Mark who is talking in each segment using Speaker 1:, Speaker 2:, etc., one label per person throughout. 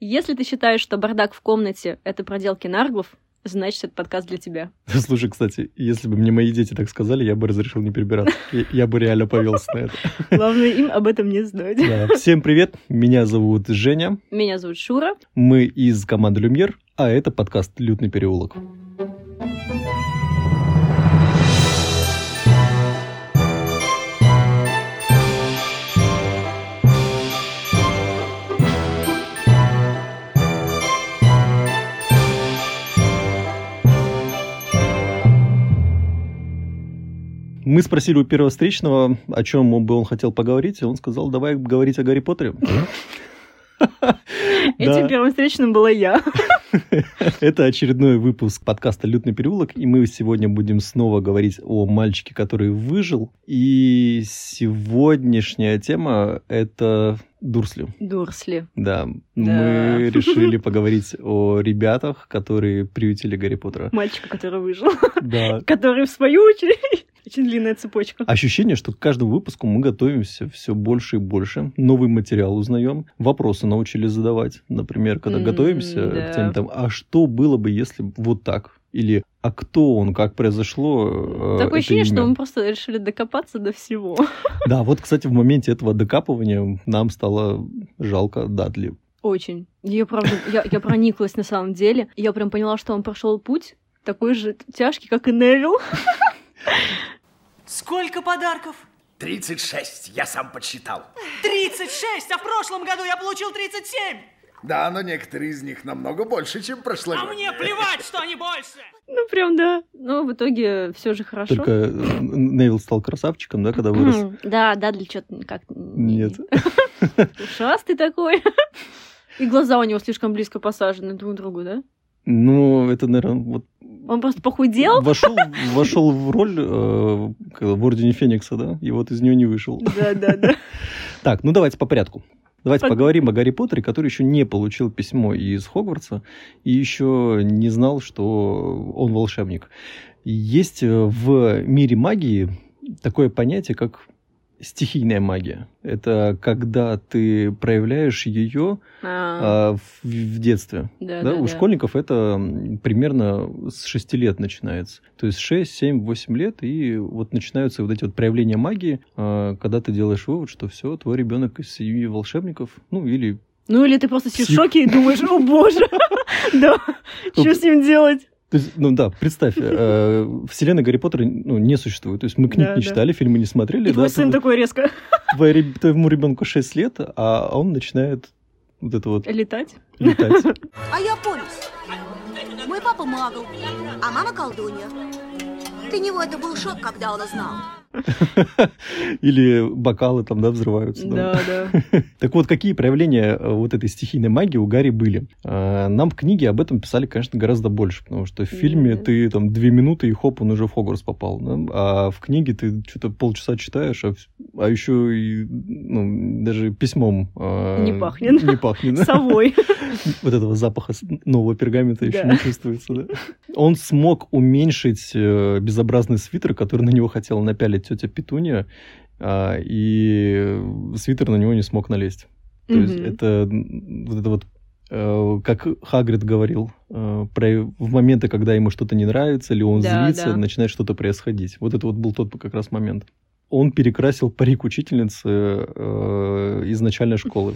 Speaker 1: Если ты считаешь, что бардак в комнате — это проделки нарглов, значит, этот подкаст для тебя.
Speaker 2: Слушай, кстати, если бы мне мои дети так сказали, я бы разрешил не перебираться. Я, я бы реально повелся на это.
Speaker 1: Главное им об этом не знать.
Speaker 2: Да. Всем привет, меня зовут Женя.
Speaker 1: Меня зовут Шура.
Speaker 2: Мы из команды «Люмьер», а это подкаст «Лютный переулок». Мы спросили у первого встречного, о чем он бы он хотел поговорить, и он сказал, давай говорить о Гарри Поттере.
Speaker 1: Этим первым встречным была я.
Speaker 2: Это очередной выпуск подкаста «Лютный переулок», и мы сегодня будем снова говорить о мальчике, который выжил. И сегодняшняя тема — это Дурсли.
Speaker 1: Дурсли.
Speaker 2: Да,
Speaker 1: Да.
Speaker 2: мы решили поговорить о ребятах, которые приютили Гарри Поттера.
Speaker 1: Мальчика, который выжил.
Speaker 2: Да.
Speaker 1: Который, в свою очередь, очень длинная
Speaker 2: Э,
Speaker 1: цепочка.
Speaker 2: Ощущение, что к каждому выпуску мы готовимся все больше и больше, новый материал узнаем, вопросы научились задавать. Например, когда
Speaker 1: М,
Speaker 2: готовимся
Speaker 1: да.
Speaker 2: к теме, там, а что было бы, если б вот так? Или а кто он, как произошло? э, это
Speaker 1: Такое ощущение,
Speaker 2: имя?»
Speaker 1: что мы просто решили докопаться до всего.
Speaker 2: Да, вот, кстати, в моменте этого докапывания нам стало жалко Дадли.
Speaker 1: Очень. Я правда, я, я прониклась на самом деле. Я прям поняла, что он прошел путь такой же тяжкий, как и Невил.
Speaker 3: Сколько подарков?
Speaker 4: 36, я сам подсчитал.
Speaker 3: 36, а в прошлом году я получил 37!
Speaker 4: Да, но некоторые из них намного больше, чем прошлое.
Speaker 3: А мне плевать, что они больше!
Speaker 1: Ну прям да. Но в итоге все же хорошо.
Speaker 2: Только э, Невил стал красавчиком, да, когда вырос?
Speaker 1: Да, да, для чего-то как
Speaker 2: Нет.
Speaker 1: Ушастый такой. И глаза у него слишком близко посажены друг к другу, да?
Speaker 2: Ну, это, наверное, вот
Speaker 1: Он просто похудел.
Speaker 2: Вошел, вошел в роль э, как это, в Ордене Феникса, да? И вот из нее не вышел.
Speaker 1: Да, да, да.
Speaker 2: Так, ну давайте по порядку. Давайте
Speaker 1: Пог-
Speaker 2: поговорим о Гарри Поттере, который еще не получил письмо из Хогвартса и еще не знал, что он волшебник. Есть э, в мире магии такое понятие, как стихийная магия. Это когда ты проявляешь ее
Speaker 1: А,
Speaker 2: э, в- в детстве.
Speaker 1: Да,
Speaker 2: Да,
Speaker 1: да,
Speaker 2: у
Speaker 1: да.
Speaker 2: школьников это м, примерно с 6 лет начинается. То есть 6, 7, 8 лет, и вот начинаются вот эти вот проявления магии, а, когда ты делаешь вывод, что все, твой ребенок из семьи волшебников, ну или...
Speaker 1: Ну или ты просто сидишь в
Speaker 2: Псих.
Speaker 1: шоке и думаешь, о боже, да, что с ним делать?
Speaker 2: То есть, ну да, представь, э, вселенная Гарри Поттера ну, не существует. То есть мы книг
Speaker 1: Да,
Speaker 2: не
Speaker 1: да.
Speaker 2: читали, фильмы не смотрели.
Speaker 1: И твой
Speaker 2: Да,
Speaker 1: сын
Speaker 2: Тво-
Speaker 1: такой резко
Speaker 2: твоя реб- Твоему ребенку 6 лет, а он начинает вот это вот
Speaker 1: летать.
Speaker 2: летать.
Speaker 5: А я Полис. Мой папа магл, а мама колдунья. Для него это был шок, когда он узнал.
Speaker 2: Или бокалы там, да, взрываются. да.
Speaker 1: Да, да.
Speaker 2: Так вот, какие проявления э, вот этой стихийной магии у Гарри были? Э, Нам в книге об этом писали, конечно, гораздо больше, потому что в фильме
Speaker 1: Да.
Speaker 2: ты там две минуты, и хоп, он уже в Хогвартс попал. да? А в книге ты что-то полчаса читаешь, а, вс- а еще и ну, даже письмом... э,
Speaker 1: Не пахнет.
Speaker 2: Не пахнет. да?
Speaker 1: Совой.
Speaker 2: Вот этого запаха с- нового пергамента еще
Speaker 1: Да.
Speaker 2: не чувствуется. да? Он смог уменьшить э, безобразный свитер, который на него хотела напялить тетя Петуния, а, и свитер на него не смог налезть. То есть
Speaker 1: Мгм.
Speaker 2: это м, вот это вот, э, как Хагрид говорил, э, про- в моменты, когда ему что-то не нравится, или он
Speaker 1: Да,
Speaker 2: злится,
Speaker 1: да.
Speaker 2: начинает что-то происходить. Вот это вот был тот как раз момент. Он перекрасил парик учительницы э, из начальной школы.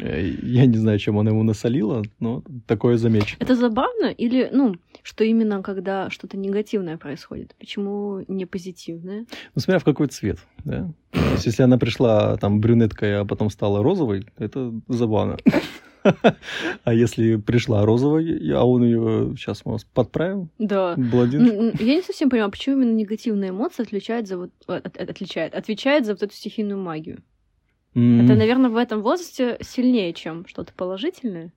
Speaker 2: Э, Я не знаю, чем она ему насолила, но такое замечено.
Speaker 1: Это забавно или, ну, что именно когда что-то негативное происходит? Почему не позитивное?
Speaker 2: Ну, смотря в какой цвет, да? То есть, если она пришла там брюнеткой, а потом стала розовой, это забавно. А если пришла розовой, а он ее... Сейчас мы вас подправим,
Speaker 1: Да.
Speaker 2: блондин.
Speaker 1: Ну, м, я не совсем понимаю, почему именно негативная эмоция отличает за вот от- от- отличает, отвечает за вот эту стихийную магию. Ну, Это, наверное, в этом возрасте сильнее, чем что-то положительное.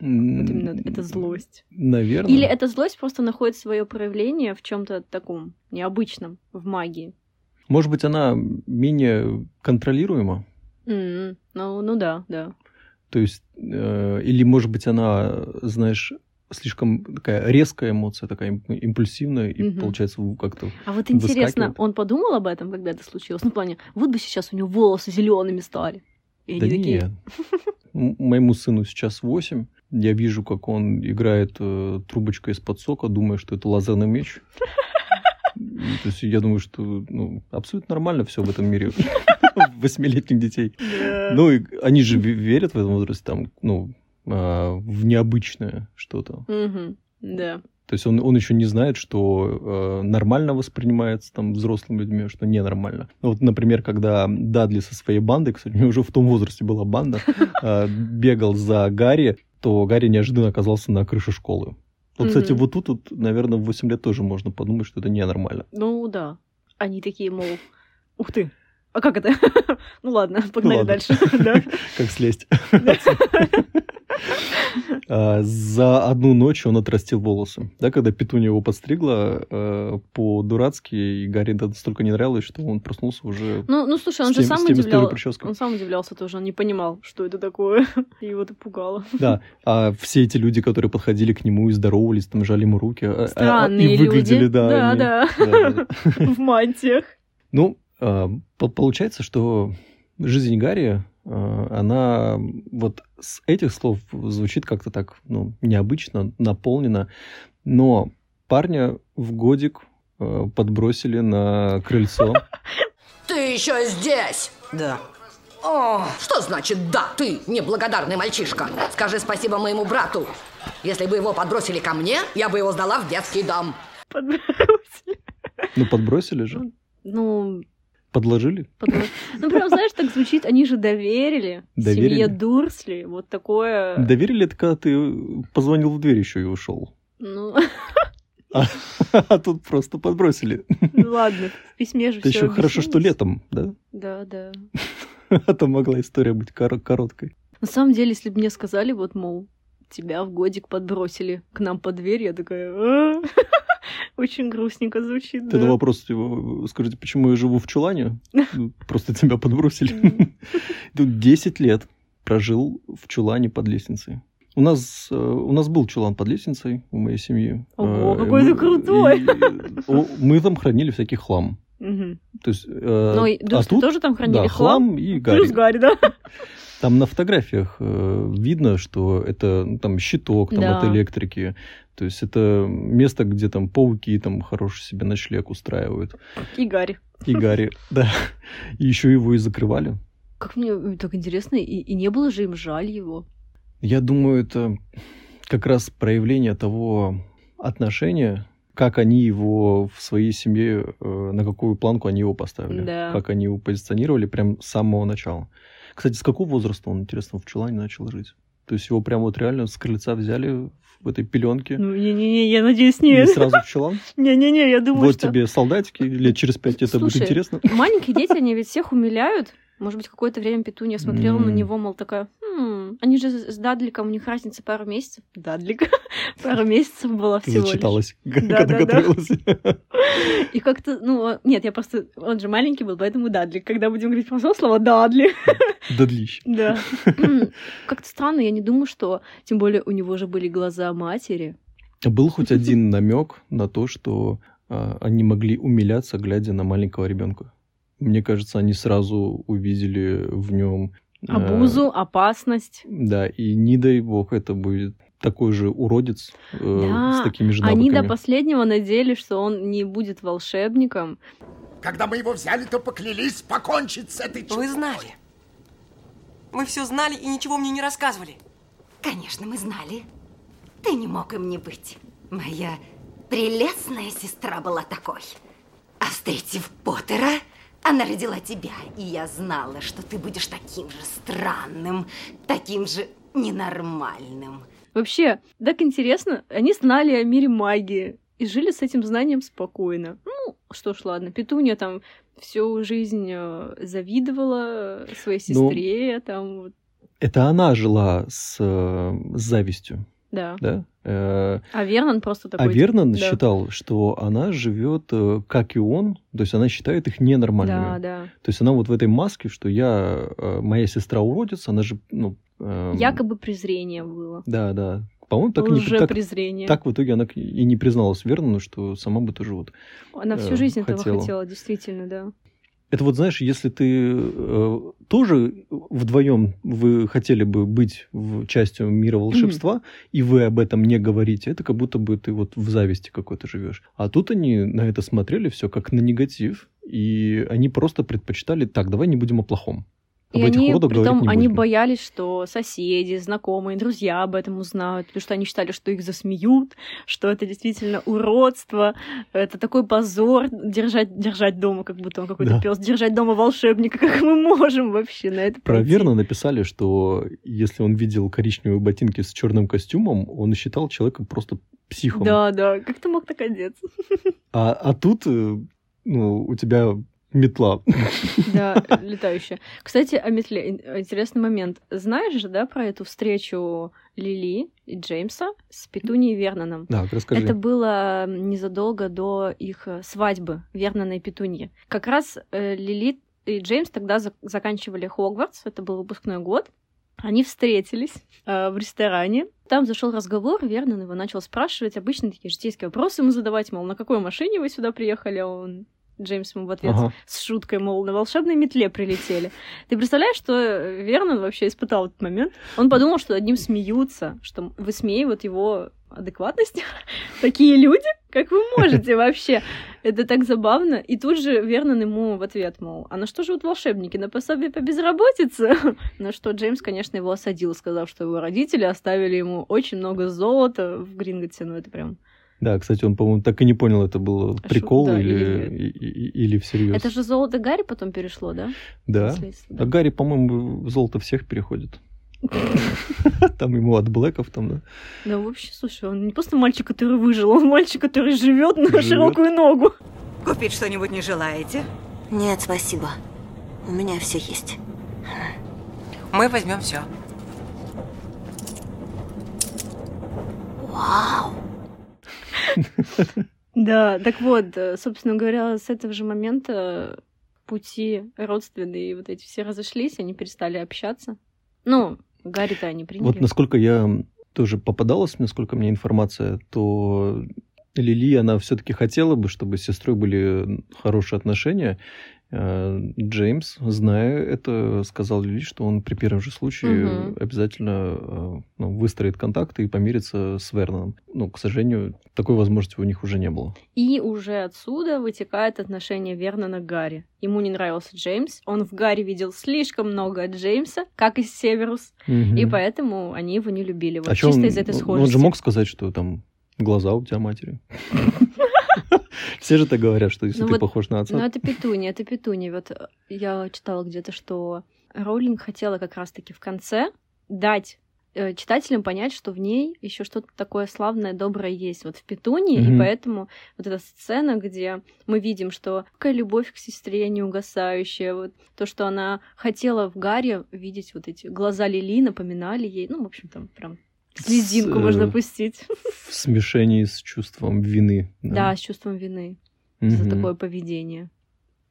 Speaker 1: Вот именно это злость.
Speaker 2: Наверное.
Speaker 1: Или эта злость просто находит свое проявление в чем-то таком необычном в магии.
Speaker 2: Может быть, она менее контролируема?
Speaker 1: М, Ну, ну да, да.
Speaker 2: То есть, э, или, может быть, она, знаешь, слишком такая резкая эмоция, такая им- импульсивная, и
Speaker 1: Мгм.
Speaker 2: получается в- как-то...
Speaker 1: А вот интересно,
Speaker 2: Выскакивает.
Speaker 1: он подумал об этом, когда это случилось? Ну, в плане, вот бы сейчас у него волосы зелеными стали. И
Speaker 2: да
Speaker 1: они такие,
Speaker 2: нет. М- Моему сыну сейчас 8. Я вижу, как он играет э, трубочкой из-под сока, думая, что это лазерный меч. И, То есть я думаю, что ну, абсолютно нормально все в этом мире у восьмилетних детей. Ну, и они же ве- верят в этом возрасте там, ну, а, в необычное что-то.
Speaker 1: Мгм. Да.
Speaker 2: То есть он, он еще не знает, что э, нормально воспринимается там взрослыми людьми, а что ненормально. Ну, Вот, например, когда Дадли со своей бандой, кстати, у него уже в том возрасте была банда, э, бегал за Гарри, то Гарри неожиданно оказался на крыше школы. Вот, кстати,
Speaker 1: Мгм.
Speaker 2: вот тут, вот, наверное, в 8 лет тоже можно подумать, что это ненормально.
Speaker 1: Ну да. Они такие, мол, ух ты, а как это? Ну ладно, погнали
Speaker 2: ладно.
Speaker 1: дальше. Да.
Speaker 2: Как слезть. А, За одну ночь он отрастил волосы. Да, когда Петунья его подстригла э, по-дурацки, и Гарри это настолько не нравилось, что он проснулся уже...
Speaker 1: Ну, ну слушай, он
Speaker 2: С
Speaker 1: же
Speaker 2: теми-
Speaker 1: сам
Speaker 2: с теми строгой
Speaker 1: удивлял.
Speaker 2: прической.
Speaker 1: Он сам удивлялся тоже, он не понимал, что это такое. И его это пугало.
Speaker 2: Да, а все эти люди, которые подходили к нему и здоровались, там жали ему руки. а- а- а-
Speaker 1: Странные
Speaker 2: и выглядели,
Speaker 1: люди.
Speaker 2: да.
Speaker 1: Да,
Speaker 2: они-
Speaker 1: да.
Speaker 2: да, да.
Speaker 1: В мантиях.
Speaker 2: Ну, а, по- получается, что жизнь Гарри, а, она вот с этих слов звучит как-то так, ну, необычно, наполнено, но парня в годик а, подбросили на крыльцо.
Speaker 6: Ты еще здесь?
Speaker 3: Да.
Speaker 6: О, что значит «да»? Ты неблагодарный мальчишка. Скажи спасибо моему брату. Если бы его подбросили ко мне, я бы его сдала в детский дом.
Speaker 1: подбросили.
Speaker 2: Ну, подбросили же,
Speaker 1: Ну,
Speaker 2: подложили.
Speaker 1: подбро- ну, прям, знаешь, так звучит, они же доверили,
Speaker 2: Доверили.
Speaker 1: семье Дурсли, вот такое,
Speaker 2: Доверили это, когда ты позвонил в дверь еще и ушел.
Speaker 1: ну,
Speaker 2: А тут просто подбросили.
Speaker 1: ну ладно, в письме же
Speaker 2: Это
Speaker 1: все
Speaker 2: еще хорошо, что летом, да?
Speaker 1: Да, да.
Speaker 2: А то могла история быть коро- короткой.
Speaker 1: На самом деле, если бы мне сказали, вот, мол, тебя в годик подбросили к нам под дверь, я такая, «А». очень грустненько звучит,
Speaker 2: Ты на
Speaker 1: да.
Speaker 2: вопрос типа, скажите, почему я живу в чулане? Ну, Просто тебя подбросили. Тут 10 лет прожил в чулане под лестницей. У нас, э, у нас был чулан под лестницей у моей семьи.
Speaker 1: Ого,
Speaker 2: Э,
Speaker 1: какой
Speaker 2: мы-
Speaker 1: ты крутой!
Speaker 2: и, э, о, Мы там хранили всякий хлам.
Speaker 1: Мгм.
Speaker 2: То есть, э,
Speaker 1: Но Ну, и
Speaker 2: а
Speaker 1: Дурсли
Speaker 2: тут-
Speaker 1: тоже там хранили
Speaker 2: да,
Speaker 1: хлам,
Speaker 2: и
Speaker 1: плюс Гарри,
Speaker 2: гарри.
Speaker 1: да?
Speaker 2: Там на фотографиях э, видно, что это ну, там щиток там,
Speaker 1: Да.
Speaker 2: от электрики. То есть это место, где там пауки там хороший себе ночлег устраивают.
Speaker 1: И Гарри.
Speaker 2: И Гарри, да. И еще его и закрывали.
Speaker 1: Как мне э, так интересно, и, и не было же им жаль его.
Speaker 2: Я думаю, это как раз проявление того отношения, как они его в своей семье, э, на какую планку они его поставили.
Speaker 1: Да.
Speaker 2: Как они его позиционировали прям с самого начала. Кстати, с какого возраста он, интересно, в Чулане начал жить? То есть его прям вот реально с крыльца взяли в этой пеленке
Speaker 1: Ну, не-не-не, я надеюсь,
Speaker 2: и
Speaker 1: нет.
Speaker 2: сразу в Чулан?
Speaker 1: Не-не-не, я думаю,
Speaker 2: Вот
Speaker 1: что...
Speaker 2: тебе солдатики, лет через пять это будет
Speaker 1: Слушай,
Speaker 2: интересно.
Speaker 1: Маленькие дети, они ведь всех умиляют. Может быть, какое-то время Петунья смотрела на
Speaker 2: М.
Speaker 1: него, мол, такая, «Хм, они же с с Дадликом, у них разница пару месяцев. Дадлик. пару месяцев была
Speaker 2: Ты
Speaker 1: всего лишь.
Speaker 2: зачиталась,
Speaker 1: Да,
Speaker 2: когда
Speaker 1: да, да.
Speaker 2: готовилась.
Speaker 1: И как-то, ну, а, нет, я просто, он же маленький был, поэтому Дадлик. Когда будем говорить про слово Дадли.
Speaker 2: Дадлищ.
Speaker 1: Да. Как-то странно, я не думаю, что... Тем более у него же были глаза матери.
Speaker 2: А Был хоть один намек на то, что а, они могли умиляться, глядя на маленького ребенка. Мне кажется, они сразу увидели в нем
Speaker 1: Абузу, опасность.
Speaker 2: Да, и не дай бог, это будет такой же уродец э,
Speaker 1: Да,
Speaker 2: с такими же навыками.
Speaker 1: Они до последнего надеялись, что он не будет волшебником.
Speaker 4: Когда мы его взяли, то поклялись покончить с этой...
Speaker 3: Вы знали. Вы все знали и ничего мне не рассказывали.
Speaker 6: Конечно, мы знали. Ты не мог им не быть. Моя прелестная сестра была такой. А встретив Поттера, она родила тебя. И я знала, что ты будешь таким же странным, таким же ненормальным.
Speaker 1: Вообще, так интересно, они знали о мире магии и жили с этим знанием спокойно. Ну, что ж, ладно, Петуня там всю жизнь э, завидовала своей
Speaker 2: Ну.
Speaker 1: сестре, там вот,
Speaker 2: Это она жила с, э, с завистью,
Speaker 1: да.
Speaker 2: да? Э,
Speaker 1: А Вернон просто такой... типа,
Speaker 2: а Вернон
Speaker 1: да.
Speaker 2: считал, что она живет, э, как и он, то есть она считает их ненормальными.
Speaker 1: Да, да.
Speaker 2: То есть она вот в этой маске, что я, э, моя сестра уродец, она же, ну... эм,
Speaker 1: Якобы презрение было.
Speaker 2: Да, да. По-моему, так, и не-
Speaker 1: Уже
Speaker 2: так,
Speaker 1: презрение.
Speaker 2: так в итоге она к- и не призналась Вернону, что ну, сама бы тоже вот...
Speaker 1: Она
Speaker 2: э,
Speaker 1: всю жизнь этого
Speaker 2: хотела.
Speaker 1: хотела, действительно, да.
Speaker 2: Это вот, знаешь, если ты э, тоже вдвоем вы хотели бы быть в частью мира волшебства, и вы об этом не говорите, это как будто бы ты вот в зависти какой-то живешь. А тут они на это смотрели все как на негатив, и они просто предпочитали, так, давай не будем о плохом.
Speaker 1: И
Speaker 2: Об этих
Speaker 1: они,
Speaker 2: уродах говорить
Speaker 1: притом,
Speaker 2: не
Speaker 1: они
Speaker 2: будем.
Speaker 1: боялись, что соседи, знакомые, друзья об этом узнают, потому что они считали, что их засмеют, что это действительно уродство, это такой позор держать, держать дома, как будто он какой-то
Speaker 2: Да.
Speaker 1: пес, держать дома волшебника, как мы можем вообще на это
Speaker 2: Про
Speaker 1: пойти?
Speaker 2: Верна написали, что если он видел коричневые ботинки с черным костюмом, он считал человека просто психом.
Speaker 1: Да, да, как ты мог так одеться?
Speaker 2: А, а тут э, ну, у тебя метла.
Speaker 1: Да, летающая. Кстати, о метле. Ин- Интересный момент. Знаешь же, да, про эту встречу Лили и Джеймса с Петунией Верноном?
Speaker 2: Да, расскажи.
Speaker 1: Это было незадолго до их э, свадьбы Вернона и Петуньи. Как раз э, Лилит и Джеймс тогда зак- заканчивали Хогвартс, это был выпускной год. Они встретились э, в ресторане. Там зашел разговор, Вернон его начал спрашивать. Обычно такие житейские вопросы ему задавать, мол, на какой машине вы сюда приехали? А Он Джеймс ему в ответ
Speaker 2: Ага.
Speaker 1: с шуткой, мол, на волшебной метле прилетели. Ты представляешь, что э, Вернон вообще испытал этот момент? Он подумал, что над ним смеются, что высмеивают его адекватность. Такие люди, как вы можете вообще? Это так забавно. И тут же Вернон ему в ответ, мол, а на что живут волшебники? На пособие по безработице? На что Джеймс, конечно, его осадил, сказав, что его родители оставили ему очень много золота в Гринготте. Ну, это прям...
Speaker 2: Да, кстати, он, по-моему, так и не понял, это был
Speaker 1: Шу-
Speaker 2: прикол
Speaker 1: А да,
Speaker 2: или,
Speaker 1: или
Speaker 2: и- и- или всерьез.
Speaker 1: Это же золото Гарри потом перешло, да?
Speaker 2: Да.
Speaker 1: Наследство, да.
Speaker 2: А Гарри, по-моему, золото всех переходит. Там ему от блэков там, да.
Speaker 1: Да вообще, слушай, он не просто мальчик, который выжил, он мальчик, который живет на
Speaker 2: Живёт.
Speaker 1: широкую ногу.
Speaker 7: Купить что-нибудь не желаете?
Speaker 5: Нет, спасибо. У меня все есть.
Speaker 7: Мы возьмем все.
Speaker 5: Вау!
Speaker 1: Да, так вот, э, собственно говоря, с этого же момента пути родственные вот эти все разошлись, они перестали общаться. Ну, Гарри-то они приняли.
Speaker 2: Вот насколько я тоже попадалась, насколько мне информация, то Лили, она все-таки хотела бы, чтобы с сестрой были хорошие отношения. Э, Джеймс, зная это, сказал Лили, что он при первом же случае
Speaker 1: Мгм.
Speaker 2: обязательно э, ну, выстроит контакты и помирится с Верноном. Ну, к сожалению, такой возможности у них уже не было.
Speaker 1: И уже отсюда вытекает отношение Вернона к Гарри. Ему не нравился Джеймс, он в Гарри видел слишком много от Джеймса, как и Северус, и поэтому они его не любили. Вот
Speaker 2: А чё
Speaker 1: чисто
Speaker 2: он-
Speaker 1: из этой
Speaker 2: он- Он
Speaker 1: схожести.
Speaker 2: же мог сказать, что там глаза у тебя матери. Все же так говорят, что если
Speaker 1: Ну
Speaker 2: ты
Speaker 1: вот,
Speaker 2: похож на отца.
Speaker 1: Ну, это петуни, это петуни. Вот э, я читала где-то, что Роулинг хотела как раз-таки в конце дать э, читателям понять, что в ней еще что-то такое славное, доброе есть вот в Петунии, и
Speaker 2: Мгм.
Speaker 1: поэтому вот эта сцена, где мы видим, что какая любовь к сестре неугасающая, вот то, что она хотела в Гарри видеть вот эти глаза Лили, напоминали ей, ну, в общем, там прям слезинку
Speaker 2: С, э,
Speaker 1: можно пустить,
Speaker 2: В смешении с чувством вины.
Speaker 1: да, с чувством вины за
Speaker 2: Мгм.
Speaker 1: такое поведение.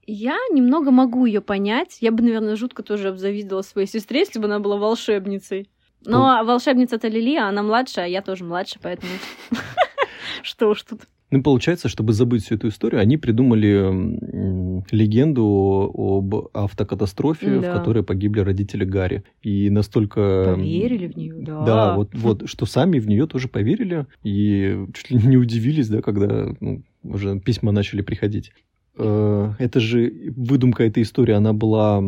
Speaker 1: Я немного могу ее понять. Я бы, наверное, жутко тоже обзавидовала своей сестре, если бы она была волшебницей. Но волшебница это Лили, а она младшая, а я тоже младше, поэтому... Что уж тут.
Speaker 2: Ну, получается, чтобы забыть всю эту историю, они придумали м, легенду о- об автокатастрофе,
Speaker 1: Да.
Speaker 2: в которой погибли родители Гарри. И настолько... м,
Speaker 1: Поверили в нее, да.
Speaker 2: Эм, Да, вот, вот, что сами в нее тоже поверили и чуть ли не удивились, да, когда ну, уже письма начали приходить. Э, Это же выдумка этой истории, она была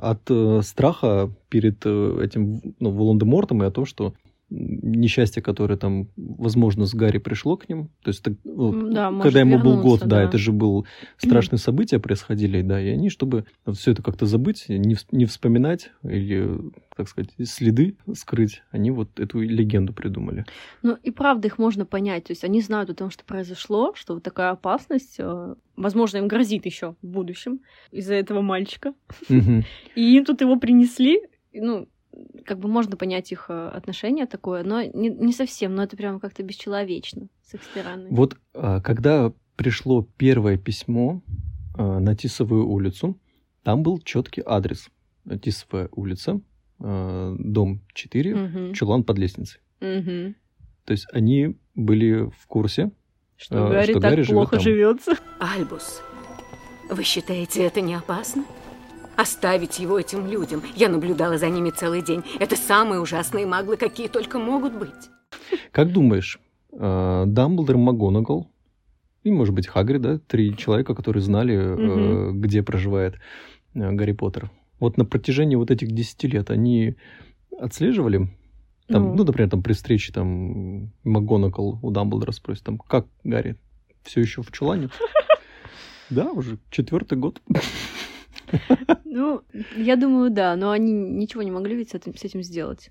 Speaker 2: от э, страха перед э, этим ну, Волан-де-Мортом и о том, что несчастье, которое там, возможно, с Гарри пришло к ним, то есть так, ну,
Speaker 1: М, да, может
Speaker 2: когда ему был год,
Speaker 1: вернуться,
Speaker 2: да,
Speaker 1: да.
Speaker 2: это же был страшные события происходили, да, и они, чтобы все это как-то забыть, не, вс- не вспоминать или, так сказать, следы скрыть, они вот эту легенду придумали.
Speaker 1: Ну и правда их можно понять. То есть они знают о том, что произошло, что вот такая опасность, э, возможно, им грозит еще в будущем из-за этого мальчика.
Speaker 2: Мгм.
Speaker 1: И им тут его принесли, и, ну, как бы можно понять их э, отношение такое, но не, не совсем, но это прям как-то бесчеловечно с их стороны.
Speaker 2: Вот а, когда пришло первое письмо а, на Тисовую улицу, там был четкий адрес. Тисовая улица, а, дом 4,
Speaker 1: Мгм.
Speaker 2: чулан под лестницей.
Speaker 1: Мгм.
Speaker 2: То есть они были в курсе.
Speaker 1: Что
Speaker 2: А,
Speaker 1: Гарри
Speaker 2: что
Speaker 1: так
Speaker 2: Гарри живёт
Speaker 1: плохо
Speaker 2: там.
Speaker 1: живется.
Speaker 6: Альбус,
Speaker 8: Вы считаете это не опасно? Оставить его этим людям. Я наблюдала за ними целый день. Это самые ужасные маглы, какие только могут быть.
Speaker 2: Как думаешь, э, Дамблдор МакГонагал и, может быть, Хагрид, да, три человека, которые знали, э, где проживает э, Гарри Поттер. Вот на протяжении вот этих 10 лет они отслеживали, там,
Speaker 1: Ну.
Speaker 2: ну, например, там при встрече там МакГонагал у Дамблдора спросит, там, как Гарри, все еще в чулане? Да, уже четвертый год.
Speaker 1: Ну, я думаю, да, но они ничего не могли ведь с этим, с этим сделать.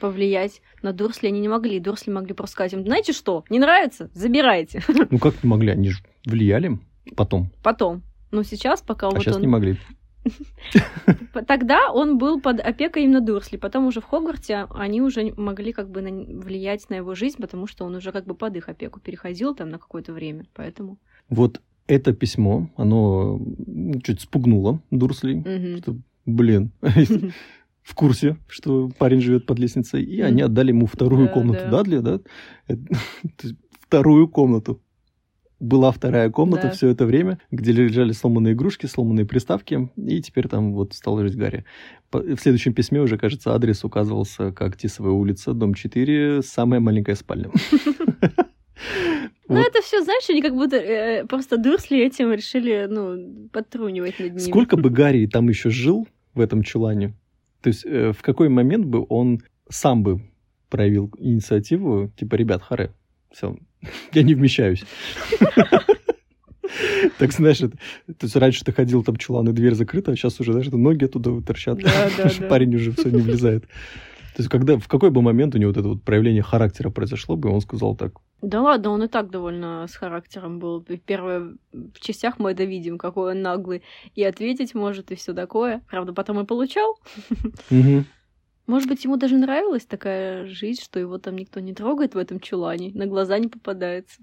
Speaker 1: Повлиять на Дурсли они не могли. Дурсли могли просто сказать им, знаете что, не нравится? Забирайте.
Speaker 2: Ну, как не могли, они же влияли потом,
Speaker 1: Потом. Но сейчас, пока
Speaker 2: а
Speaker 1: вот
Speaker 2: сейчас
Speaker 1: он...
Speaker 2: не могли.
Speaker 1: П- Тогда он был под опекой именно Дурсли. Потом уже в Хогварте они уже не- могли как бы на н- влиять на его жизнь, потому что он уже как бы под их опеку переходил там на какое-то время. Поэтому...
Speaker 2: Вот это письмо, оно м, чуть спугнуло Дурслей,
Speaker 1: Мгм.
Speaker 2: что, блин, в курсе, что парень живет под лестницей, и они отдали ему вторую
Speaker 1: Да,
Speaker 2: комнату
Speaker 1: да.
Speaker 2: Дадли, да? Э, то есть Вторую комнату. Была вторая комната
Speaker 1: Да.
Speaker 2: все это время, где лежали сломанные игрушки, сломанные приставки, и теперь там вот стал жить Гарри. По- В следующем письме уже, кажется, адрес указывался как Тисовая улица, дом 4, самая маленькая спальня.
Speaker 1: Ну,
Speaker 2: Вот.
Speaker 1: это все, знаешь, они как будто э, просто Дурсли этим решили, ну, подтрунивать над ними.
Speaker 2: Сколько бы Гарри там еще жил в этом чулане, то есть э, в какой момент бы он сам бы проявил инициативу, типа, ребят, харе, все, я не вмещаюсь. Так знаешь, это- то есть раньше ты ходил, там чулан и дверь закрыта, а сейчас уже даже ноги оттуда вот торчат,
Speaker 1: Да, да, да.
Speaker 2: парень уже все не влезает. То есть когда, в какой бы момент у него вот это вот проявление характера произошло бы, и он сказал так,
Speaker 1: Да ладно, он и так довольно с характером был. И Первое, в частях мы это видим, какой он наглый. И ответить может, и все такое. Правда, потом и получал.
Speaker 2: «Мгм».
Speaker 1: Может быть, ему даже нравилась такая жизнь, что его там никто не трогает в этом чулане, на глаза не попадается.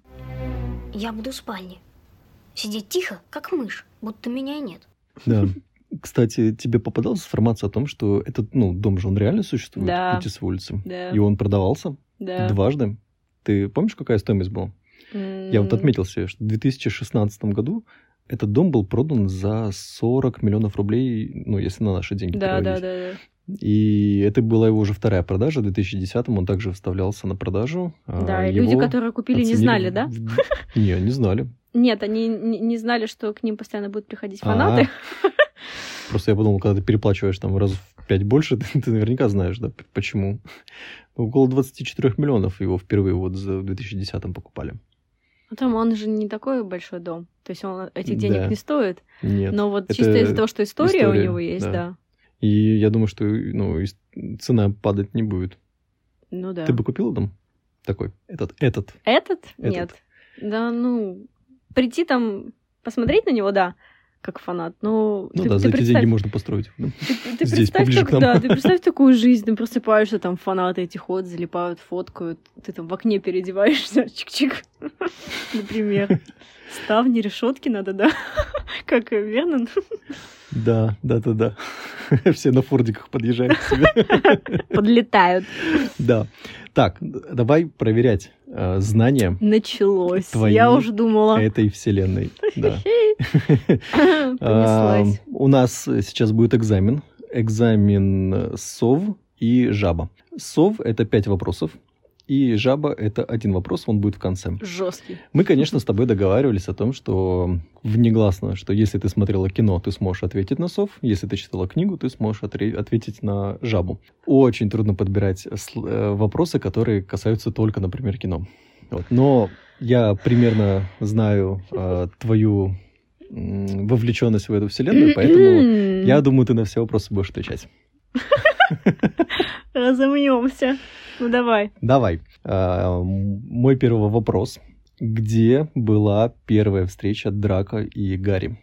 Speaker 9: Я буду в спальне. Сидеть тихо, как мышь, будто меня и нет.
Speaker 2: Да. Кстати, тебе попадалась информация о том, что этот, ну, дом же он реально существует,
Speaker 1: Да.
Speaker 2: эти с улицы.
Speaker 1: Да.
Speaker 2: И он продавался
Speaker 1: Да.
Speaker 2: дважды. Ты помнишь, какая стоимость была? Я вот отметил себе, что в 2016 году этот дом был продан за 40 миллионов рублей, ну, если на наши деньги
Speaker 1: Да, да, да, да.
Speaker 2: переводить. И это была его уже вторая продажа. В 2010 он также вставлялся на продажу. а
Speaker 1: Да, и
Speaker 2: его
Speaker 1: люди, которые купили, не
Speaker 2: оценили
Speaker 1: знали, да?
Speaker 2: в- Не, не знали.
Speaker 1: Нет, они не не знали, что к ним постоянно будут приходить
Speaker 2: А.
Speaker 1: фанаты.
Speaker 2: Просто я подумал, когда ты переплачиваешь там раз в пять больше, ты, ты наверняка знаешь, да, п- почему. Ну, Около 24 миллионов его впервые вот за- в 2010-м покупали.
Speaker 1: Ну, Там он же не такой большой дом. То есть он этих денег
Speaker 2: Да.
Speaker 1: не стоит.
Speaker 2: Нет.
Speaker 1: Но вот
Speaker 2: это
Speaker 1: чисто из-за того, что история, у
Speaker 2: история,
Speaker 1: него есть,
Speaker 2: да.
Speaker 1: да.
Speaker 2: И я думаю, что ну, и с- цена падать не будет.
Speaker 1: Ну да.
Speaker 2: Ты бы купила дом? Такой, этот, этот.
Speaker 1: Этот? Нет. Да, ну, прийти там, посмотреть на него, да, как фанат. Ну,
Speaker 2: Ну
Speaker 1: ты,
Speaker 2: да,
Speaker 1: ты
Speaker 2: за эти
Speaker 1: представь,
Speaker 2: деньги можно построить. Ну, да.
Speaker 1: ты- ты
Speaker 2: здесь,
Speaker 1: представь,
Speaker 2: поближе
Speaker 1: как-
Speaker 2: к нам.
Speaker 1: да, ты представь такую жизнь, ты просыпаешься, там фанаты эти ходят, залипают, фоткают, ты там в окне переодеваешься, чик-чик, например. Ставни, решетки надо, да? Как э, Вернон.
Speaker 2: Да, да, да, да. Все на фордиках подъезжают к себе.
Speaker 1: Подлетают.
Speaker 2: Да. Так, давай проверять э, знания
Speaker 1: Началось.
Speaker 2: Твои
Speaker 1: Я уже думала.
Speaker 2: этой вселенной. Да.
Speaker 1: Понеслась.
Speaker 2: А, У нас сейчас будет экзамен. Экзамен э, сов и жаба. Сов — это пять вопросов, и жаба — это один вопрос, он будет в конце.
Speaker 1: Жесткий.
Speaker 2: Мы, конечно, с тобой договаривались о том, что внегласно, что если ты смотрела кино, ты сможешь ответить на сов, если ты читала книгу, ты сможешь отре- ответить на жабу. Очень трудно подбирать сл- э, вопросы, которые касаются только, например, кино. Вот. Но я примерно знаю э, твою м, вовлеченность в эту вселенную, поэтому я думаю, ты на все вопросы будешь отвечать.
Speaker 1: Разомнемся. Ну давай.
Speaker 2: Давай. Э, Мой первый вопрос. Где была первая встреча Драка и Гарри?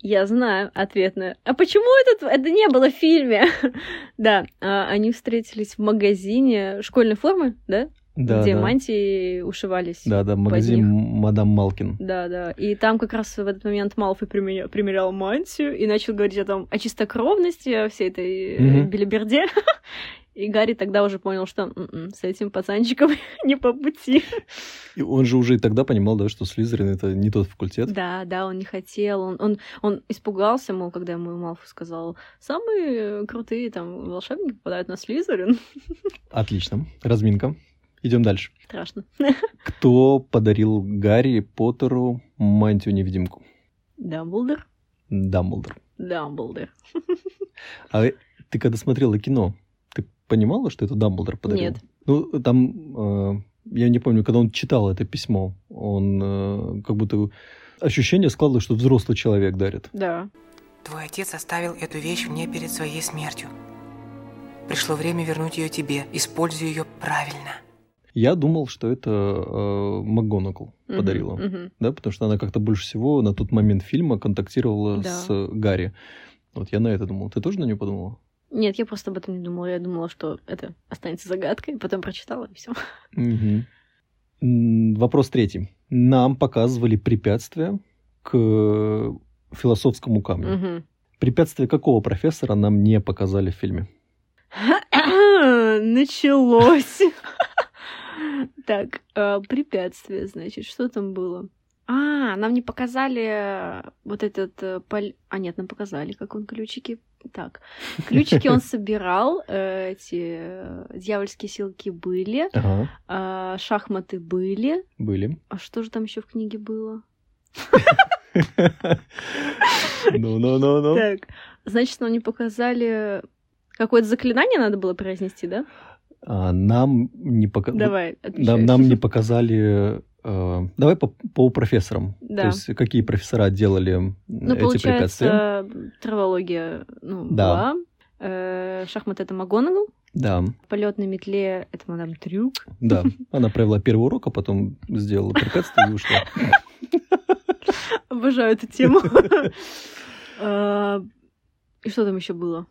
Speaker 1: Я знаю ответ на... А почему этот... это не было в фильме? да, а, они встретились в магазине школьной формы, да?
Speaker 2: Да,
Speaker 1: Где
Speaker 2: да.
Speaker 1: мантии ушивались.
Speaker 2: Да, да, магазин
Speaker 1: них.
Speaker 2: Мадам Малкин.
Speaker 1: Да, да. И там как раз в этот момент Малфой примеря- примерял мантию и начал говорить о том, о чистокровности, о всей этой э,
Speaker 2: Мгм.
Speaker 1: белиберде. И Гарри тогда уже понял, что «М-м, с этим пацанчиком не по пути.
Speaker 2: И он же уже и тогда понимал, да, что Слизерин это не тот факультет.
Speaker 1: Да, да, он не хотел, он, он, он испугался, мол, когда ему Малфу сказал, самые крутые там волшебники попадают на Слизерин.
Speaker 2: Отлично. Разминка. Идем дальше.
Speaker 1: Страшно.
Speaker 2: Кто подарил Гарри Поттеру мантию-невидимку?
Speaker 1: Дамблдор?
Speaker 2: Дамблдор.
Speaker 1: Дамблдор.
Speaker 2: А ты когда смотрела кино, ты понимала, что это Дамблдор подарил?
Speaker 1: Нет.
Speaker 2: Ну, там, э, я не помню, когда он читал это письмо, он э, как будто ощущение складывалось, что взрослый человек дарит.
Speaker 1: Да.
Speaker 7: Твой отец оставил эту вещь мне перед своей смертью. Пришло время вернуть ее тебе. Используй ее правильно.
Speaker 2: Я думал, что это э, МакГонагл
Speaker 1: Мгм,
Speaker 2: подарила,
Speaker 1: мгм.
Speaker 2: да, потому что она как-то больше всего на тот момент фильма контактировала
Speaker 1: Да.
Speaker 2: с э, Гарри. Вот я на это думал. Ты тоже на нее подумала?
Speaker 1: Нет, я просто об этом не думала. Я думала, что это останется загадкой, потом прочитала и все.
Speaker 2: Мгм. М, Вопрос третий. Нам показывали препятствия к э, философскому камню. Препятствия какого профессора нам не показали в фильме?
Speaker 1: Началось. Так, э, препятствие, значит, что там было? А, нам не показали э, вот этот э, пол- А, нет, нам показали, как он ключики... Так, ключики он собирал, э, эти э, дьявольские силки были,
Speaker 2: Ага,
Speaker 1: а, шахматы были.
Speaker 2: были.
Speaker 1: А что же там еще в книге было?
Speaker 2: Ну, Ну-ну-ну-ну.
Speaker 1: Так, значит, нам не показали... Какое-то заклинание надо было произнести, да?
Speaker 2: А, Нам не показали...
Speaker 1: Давай, отвечай.
Speaker 2: Нам, нам не показали... э, давай по, по профессорам.
Speaker 1: Да.
Speaker 2: То есть какие профессора делали м,
Speaker 1: Ну,
Speaker 2: эти препятствия?
Speaker 1: получается, травология ну,
Speaker 2: Да.
Speaker 1: была. Э, Шахматы это Магонагл.
Speaker 2: Да,
Speaker 1: Полет на метле это мадам Трюк.
Speaker 2: да. Она провела первый урок, а потом сделала препятствие и ушла.
Speaker 1: Обожаю эту тему. Э, И что там еще было?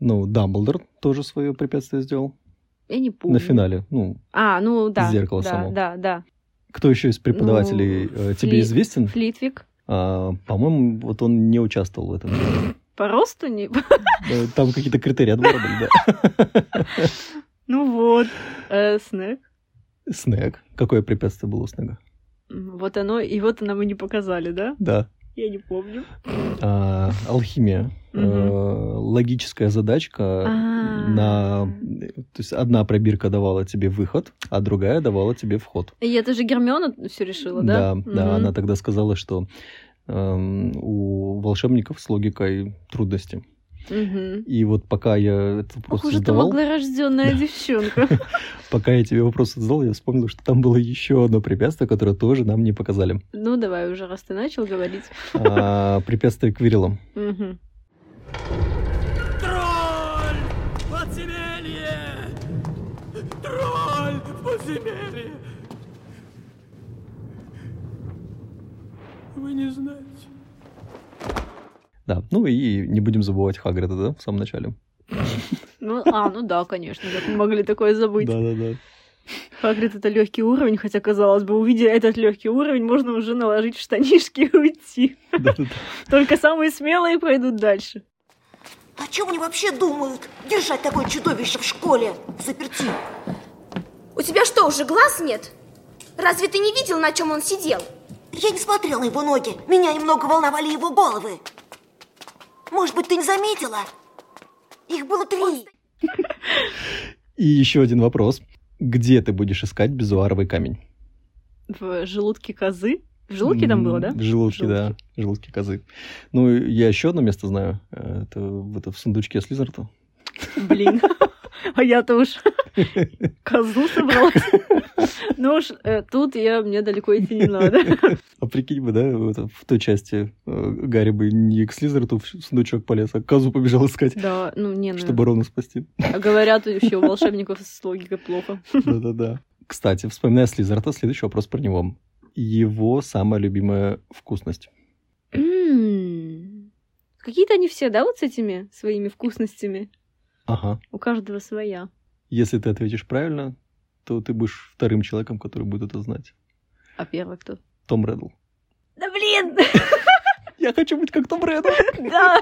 Speaker 2: Ну, Дамблдор тоже свое препятствие сделал
Speaker 1: Я не помню.
Speaker 2: на финале. Ну,
Speaker 1: А, ну да.
Speaker 2: Зеркало
Speaker 1: да,
Speaker 2: само.
Speaker 1: Да, да.
Speaker 2: кто еще из преподавателей
Speaker 1: Ну,
Speaker 2: э, тебе
Speaker 1: Фли-
Speaker 2: известен?
Speaker 1: Флитвик.
Speaker 2: А, по-моему, вот он не участвовал в этом.
Speaker 1: По росту не...
Speaker 2: Э, Там какие-то критерии отбора были, да.
Speaker 1: Ну вот. Э, Снег.
Speaker 2: Снег. Какое препятствие было у Снега?
Speaker 1: М, Вот оно, и вот нам и не показали, да?
Speaker 2: Да.
Speaker 1: Я не помню.
Speaker 2: А, Алхимия. Э, Логическая задачка
Speaker 1: А.
Speaker 2: на... То есть одна пробирка давала тебе выход, а другая давала тебе вход.
Speaker 1: И это же Гермиона все решила, Ну да?
Speaker 2: Да, да,
Speaker 1: Мгм.
Speaker 2: она тогда сказала, что эм, у волшебников с логикой трудности.
Speaker 1: Мгм.
Speaker 2: И вот пока я этот вопрос
Speaker 1: Похоже, ты
Speaker 2: задавал,
Speaker 1: малорожденная
Speaker 2: Да.
Speaker 1: девчонка.
Speaker 2: пока я тебе вопрос задал, я вспомнил, что там было еще одно препятствие, которое тоже нам не показали.
Speaker 1: Ну, давай уже, раз ты начал говорить.
Speaker 2: А, препятствие к верилам.
Speaker 1: Мгм.
Speaker 3: Тролль! Подземелье! Тролль! в Подземелье! Вы не знаете.
Speaker 2: Да, ну и не будем забывать Хагрида, да, в самом начале.
Speaker 1: Ну, а, ну да, конечно, как мы могли такое забыть.
Speaker 2: Да-да-да.
Speaker 1: Хагрид это легкий уровень, хотя, казалось бы, увидя этот легкий уровень, можно уже наложить в штанишки и уйти. Только самые смелые пройдут дальше.
Speaker 5: О чем они вообще думают? Держать такое чудовище в школе, в заперти.
Speaker 9: У тебя что, уже глаз нет? Разве ты не видел, на чем он сидел?
Speaker 5: Я не смотрела его ноги. Меня немного волновали его головы. Может быть, ты не заметила? Их было три.
Speaker 2: И еще один вопрос. Где ты будешь искать безуаровый камень?
Speaker 1: В желудке козы. В желудке там было, да?
Speaker 2: В желудке,
Speaker 1: В
Speaker 2: да. В желудке козы. Ну, и я еще одно место знаю. Э, Это, в- это в сундучке Слизерта.
Speaker 1: Блин. А я-то уж козу собралась. Ну уж э, тут я, мне далеко идти не надо.
Speaker 2: А прикинь бы, да, это в той части э, Гарри бы не к Слизерту в сундучок полез, а козу побежал искать,
Speaker 1: Да, ну не, ну,
Speaker 2: чтобы Рона спасти.
Speaker 1: А говорят, еще у волшебников с логикой плохо.
Speaker 2: Да-да-да. Кстати, вспоминая Слизерта, следующий вопрос про него. Его самая любимая вкусность.
Speaker 1: М. Какие-то они все, да, вот с этими своими вкусностями?
Speaker 2: Ага.
Speaker 1: У каждого своя.
Speaker 2: Если ты ответишь правильно, то ты будешь вторым человеком, который будет это знать.
Speaker 1: А первый кто?
Speaker 2: Том Реддл.
Speaker 1: Да блин!
Speaker 2: Я хочу быть как Том Реддл.
Speaker 1: Да!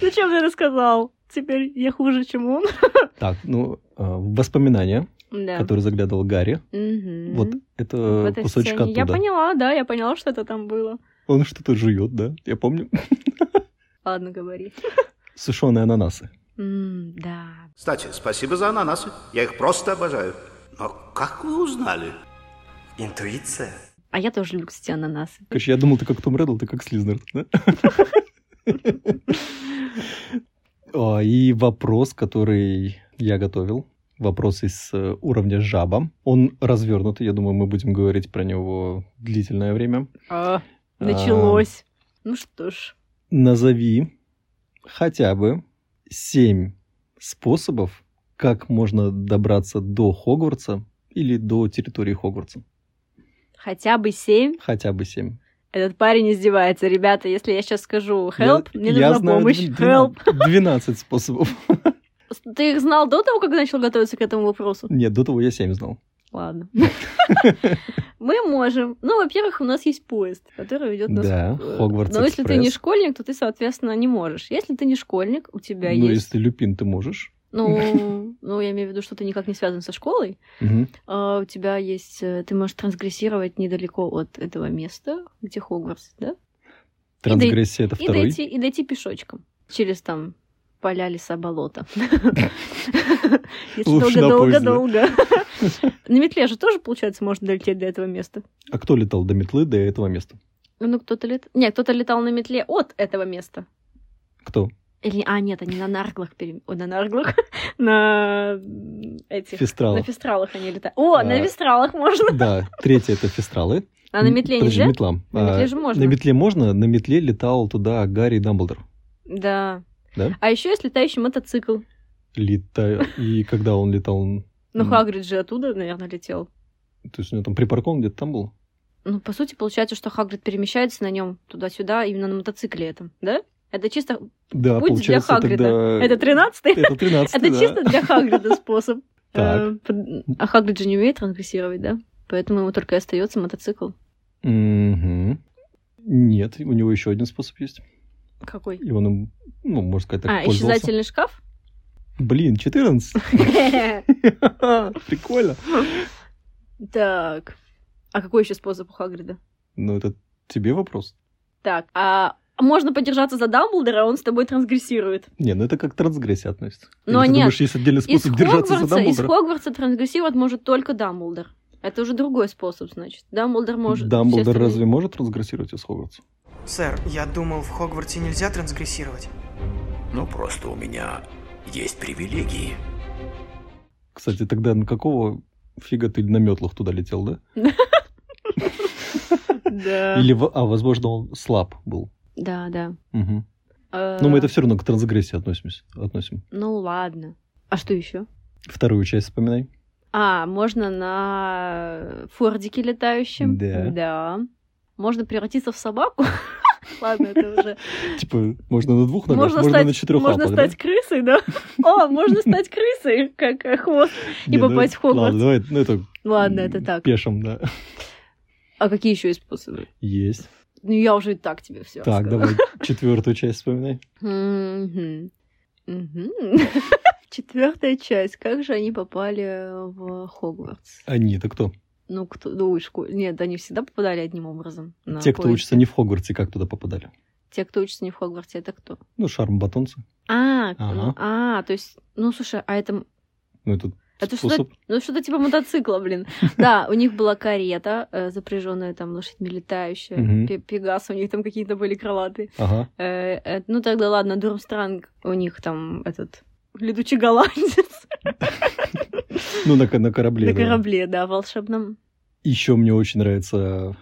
Speaker 1: Зачем ты Ну, рассказал? Теперь я хуже, чем он.
Speaker 2: Так, ну, э, воспоминания,
Speaker 1: Да.
Speaker 2: которые заглядывал Гарри.
Speaker 1: Мгм.
Speaker 2: Вот это
Speaker 1: В этой
Speaker 2: кусочек
Speaker 1: сцене. Я
Speaker 2: оттуда.
Speaker 1: поняла, да, я поняла, что это там было.
Speaker 2: Он что-то жует, да? Я помню.
Speaker 1: Ладно, говори.
Speaker 2: Сушеные ананасы.
Speaker 1: М, Да.
Speaker 10: Кстати, спасибо за ананасы. Я их просто обожаю. Но как вы узнали? Интуиция.
Speaker 1: А я тоже люблю, кстати, ананасы.
Speaker 2: Короче, я думал, ты как Том Реддл, ты как Слизнер. да? А, И вопрос, который я готовил, вопрос из э, уровня жаба. Он развернутый, я думаю, мы будем говорить про него длительное время.
Speaker 1: А,
Speaker 2: А,
Speaker 1: Началось. Ну что ж.
Speaker 2: Назови хотя бы семь способов, как можно добраться до Хогвартса или до территории Хогвартса.
Speaker 1: Хотя бы семь.
Speaker 2: Хотя бы семь.
Speaker 1: Этот парень издевается. Ребята, если я сейчас скажу help,
Speaker 2: Я-
Speaker 1: мне
Speaker 2: я
Speaker 1: нужна
Speaker 2: знаю
Speaker 1: помощь.
Speaker 2: дв-
Speaker 1: Help.
Speaker 2: 12 способов.
Speaker 1: Ты их знал до того, как начал готовиться к этому вопросу?
Speaker 2: Нет, до того я семь знал.
Speaker 1: Ладно. Мы можем. Ну, во-первых, у нас есть поезд, который ведет нас.
Speaker 2: Да,
Speaker 1: к-
Speaker 2: Хогвартс
Speaker 1: Но если ты не
Speaker 2: Экспресс.
Speaker 1: школьник, то ты, соответственно, не можешь. Если ты не школьник, у тебя
Speaker 2: Ну,
Speaker 1: есть.
Speaker 2: если ты люпин, ты можешь.
Speaker 1: Ну, ну, я имею в виду, что ты никак не связан со школой.
Speaker 2: Мгм.
Speaker 1: А, у тебя есть. э, Ты можешь трансгрессировать недалеко от этого места, где Хогвартс, да?
Speaker 2: Трансгрессия это
Speaker 1: И
Speaker 2: второй.
Speaker 1: дойти, и дойти пешочком. Через там поля, леса, болота. Если
Speaker 2: Лучше на поезде.
Speaker 1: долго-долго-долго. На метле же тоже, получается, можно долететь до этого места.
Speaker 2: А кто летал до метлы до этого места?
Speaker 1: Ну, кто-то летал... Не, кто-то летал на метле от этого места.
Speaker 2: Кто?
Speaker 1: Или... А, нет, они на нарглах... пере- Ой, на нарглах? На м, этих...
Speaker 2: Фестралы.
Speaker 1: На фестралах они летают. О,
Speaker 2: А.
Speaker 1: на фестралах можно.
Speaker 2: Да, третье это фестралы.
Speaker 1: А на метле
Speaker 2: Подожди,
Speaker 1: нельзя?
Speaker 2: метла.
Speaker 1: На метле
Speaker 2: А,
Speaker 1: же можно.
Speaker 2: На метле можно, на метле летал туда Гарри Дамблдор.
Speaker 1: Да.
Speaker 2: Да?
Speaker 1: А еще есть летающий мотоцикл.
Speaker 2: Лета... И когда он летал, он-
Speaker 1: Ну,
Speaker 2: Мгм.
Speaker 1: Хагрид же оттуда, наверное, летел.
Speaker 2: то есть у него там припаркован где-то там был?
Speaker 1: Ну, по сути, получается, что Хагрид перемещается на нем туда-сюда, именно на мотоцикле этом, да? Это чисто
Speaker 2: Да,
Speaker 1: путь для
Speaker 2: получается
Speaker 1: Хагрида.
Speaker 2: тогда...
Speaker 1: Это 13-й?
Speaker 2: Это 13
Speaker 1: Это
Speaker 2: Э, да.
Speaker 1: чисто для Хагрида способ.
Speaker 2: Так.
Speaker 1: Э, под- А Хагрид же не умеет трансгрессировать, да? Поэтому ему только и остается мотоцикл.
Speaker 2: Мгм. Нет, у него еще один способ есть.
Speaker 1: Какой?
Speaker 2: И он им, ну, можно сказать, так
Speaker 1: А,
Speaker 2: пользовался.
Speaker 1: исчезательный шкаф?
Speaker 2: Блин, 14? Прикольно.
Speaker 1: Так. А какой еще способ у Хагрида?
Speaker 2: Ну, это тебе вопрос.
Speaker 1: Так, а можно подержаться за Дамблдора, а он с тобой трансгрессирует.
Speaker 2: Не, ну это как к трансгрессии относится.
Speaker 1: Но
Speaker 2: Или ты
Speaker 1: нет.
Speaker 2: думаешь, есть отдельный
Speaker 1: Из
Speaker 2: способ держаться за
Speaker 1: Хогвартса, из
Speaker 2: Дамблдора?
Speaker 1: Хогвартса трансгрессировать может только Дамблдор. Это уже другой способ, значит. Дамблдор может...
Speaker 2: Дамблдор
Speaker 1: естественно,
Speaker 2: разве может трансгрессировать из Хогвартса?
Speaker 3: Сэр, я думал, в Хогвартсе нельзя трансгрессировать.
Speaker 10: Ну, просто у меня есть привилегии.
Speaker 2: Кстати, тогда на какого фига ты на метлах туда летел, да?
Speaker 1: Да.
Speaker 2: Или, во- а, возможно, он слаб был.
Speaker 1: Да, да.
Speaker 2: Мгм.
Speaker 1: Э,
Speaker 2: Но Ну, мы это все равно к трансгрессии относимся. относим.
Speaker 1: Ну ладно. А что еще?
Speaker 2: Вторую часть вспоминай.
Speaker 1: А, можно на фордике летающем.
Speaker 2: Да.
Speaker 1: Да. Можно превратиться в собаку. Ладно, это уже...
Speaker 2: Типа, можно на двух ногах, можно, на четырех
Speaker 1: можно
Speaker 2: лапах, да?
Speaker 1: стать крысой, да? О, можно стать крысой, как э, хвост.
Speaker 2: Не, ну,
Speaker 1: попасть в Хогвартс.
Speaker 2: Ладно, давай, ну это...
Speaker 1: Ладно,
Speaker 2: м,
Speaker 1: это так.
Speaker 2: Пешим, да.
Speaker 1: А какие еще есть способы?
Speaker 2: Есть.
Speaker 1: Ну, я уже и так тебе все
Speaker 2: Так, давай четвертую часть вспоминай.
Speaker 1: Четвертая часть. Как же они попали в Хогвартс?
Speaker 2: Они, это А, кто?
Speaker 1: Ну, кто, ну, ой, шко- Нет, они всегда попадали одним образом. на
Speaker 2: Те, кто
Speaker 1: поезд.
Speaker 2: учится не в Хогвартсе, как туда попадали?
Speaker 1: Те, кто учится не в Хогвартсе, это кто?
Speaker 2: Ну, шарм-батонцы.
Speaker 1: А,
Speaker 2: Ага.
Speaker 1: ну, а, то есть, ну, слушай, а это, м-
Speaker 2: Ну, это
Speaker 1: это что-то,
Speaker 2: способ.
Speaker 1: ну, что-то типа мотоцикла, блин. Да, у них была карета, э, запряженная там лошадьми летающая,
Speaker 2: Мгм.
Speaker 1: пе- пегас, у них там какие-то были крылатые.
Speaker 2: Ага.
Speaker 1: Э, э, Ну, тогда ладно, Дурмстранг, у них там этот летучий голландец
Speaker 2: Ну, на, ка- на корабле.
Speaker 1: на
Speaker 2: да.
Speaker 1: корабле, да, волшебном.
Speaker 2: Еще мне очень нравится,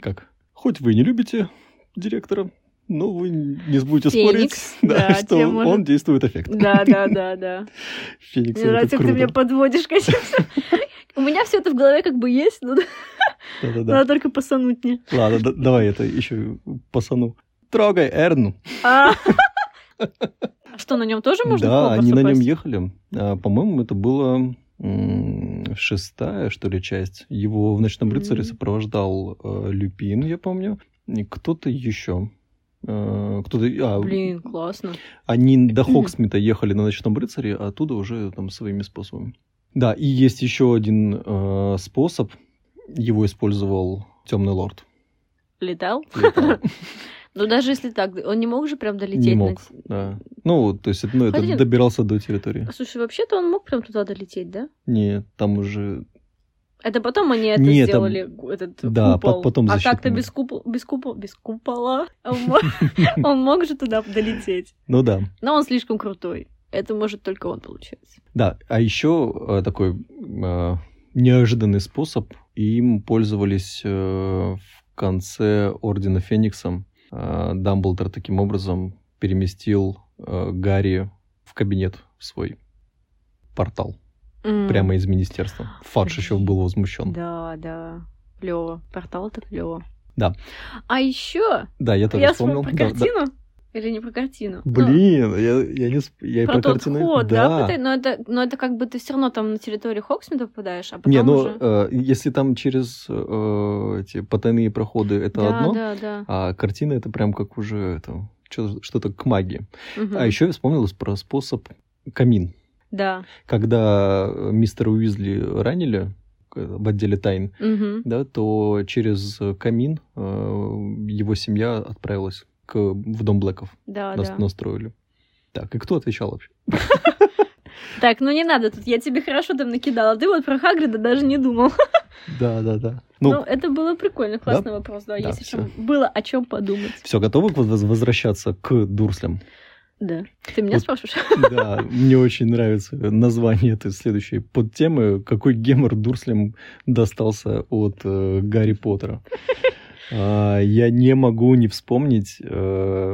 Speaker 2: как, хоть вы и не любите директора, но вы не будете
Speaker 1: Феникс,
Speaker 2: спорить,
Speaker 1: да,
Speaker 2: что
Speaker 1: тем
Speaker 2: он
Speaker 1: может-
Speaker 2: действует эффект.
Speaker 1: Да, да, да, да.
Speaker 2: Феникс,
Speaker 1: Мне
Speaker 2: это
Speaker 1: нравится, как ты
Speaker 2: круто.
Speaker 1: меня подводишь, конечно. У меня все это в голове как бы есть, но
Speaker 2: Да-да-да.
Speaker 1: надо только посануть мне.
Speaker 2: Ладно, да- давай это еще пацану. Трогай Эрну.
Speaker 1: А А что, на нем тоже можно в
Speaker 2: да,
Speaker 1: Хогвартс
Speaker 2: они на нем
Speaker 1: попасть?
Speaker 2: ехали. А, по-моему, это было м, шестая, что ли, часть. Его в «Ночном рыцаре»
Speaker 1: М.
Speaker 2: сопровождал э, Люпин, я помню. И кто-то еще. Э, Кто-то... а,
Speaker 1: Блин, классно.
Speaker 2: Они до Хоксмита ехали на «Ночном рыцаре», а оттуда уже там своими способами. Да, и есть еще один э, способ. Его использовал Темный Лорд.
Speaker 1: Летал?
Speaker 2: Летал.
Speaker 1: Ну, даже если так, он не мог же прям долететь.
Speaker 2: Не
Speaker 1: на
Speaker 2: мог,
Speaker 1: т-
Speaker 2: да. Ну, то есть, ну, это
Speaker 1: Блин.
Speaker 2: добирался до территории.
Speaker 1: Слушай, вообще-то он мог прям туда долететь, да?
Speaker 2: Нет, там уже...
Speaker 1: Это потом они это
Speaker 2: Не, там-
Speaker 1: сделали, ку- этот
Speaker 2: Да,
Speaker 1: купол.
Speaker 2: по- потом
Speaker 1: а
Speaker 2: защитный.
Speaker 1: как-то без, купо- без, купо- без купола он мог- он мог же туда долететь.
Speaker 2: Ну да.
Speaker 1: Но он слишком крутой. Это может только он, получается.
Speaker 2: Да, а еще э, такой э, неожиданный способ. Им пользовались э, в конце Ордена Феникса. Э, Дамблдор таким образом переместил э, Гарри в кабинет в свой портал. Прямо из министерства. Фадж еще был возмущен. Да,
Speaker 1: Да, да. Клево. Портал это клево.
Speaker 2: Да.
Speaker 1: А еще
Speaker 2: я тоже
Speaker 1: я вспомнил
Speaker 2: вспомнил.
Speaker 1: про
Speaker 2: Да, да.
Speaker 1: картину. Или не про картину? Ну,
Speaker 2: Блин, я, я не сп- я и
Speaker 1: про
Speaker 2: про
Speaker 1: тот
Speaker 2: картины-
Speaker 1: ход, да?
Speaker 2: да.
Speaker 1: пытай- Но это, но это как бы ты все равно там на территорию Хоксмита попадаешь, а потом
Speaker 2: Не, ну
Speaker 1: уже...
Speaker 2: э, если там через э, эти потайные проходы это
Speaker 1: да,
Speaker 2: одно,
Speaker 1: да, да,
Speaker 2: а картина это прям как уже это, чё- что-то к магии.
Speaker 1: Мгм.
Speaker 2: А еще я вспомнил про способ камин.
Speaker 1: Да.
Speaker 2: Когда э, мистера Уизли ранили э, в отделе тайн,
Speaker 1: Мгм.
Speaker 2: да, то через э, камин э, его семья отправилась к, в дом Блэков.
Speaker 1: Да,
Speaker 2: Нас-
Speaker 1: А,
Speaker 2: ну,
Speaker 1: да.
Speaker 2: Настроили. Так, и кто отвечал вообще?
Speaker 1: Так, ну не надо тут, я тебе хорошо там накидала. Ты вот про Хагрида даже не думал.
Speaker 2: Да, да, да.
Speaker 1: Ну,
Speaker 2: Ну,
Speaker 1: это было прикольно, классный вопрос, да,
Speaker 2: Да,
Speaker 1: есть о чём- было о чем подумать.
Speaker 2: все, готовы к воз- возвращаться к Дурслям?
Speaker 1: Да. Ты меня
Speaker 2: Вот.
Speaker 1: спрашиваешь?
Speaker 2: Да, мне очень нравится название этой следующей подтемы. Какой гемор Дурслям достался от э, Гарри Поттера? А, Я не могу не вспомнить э,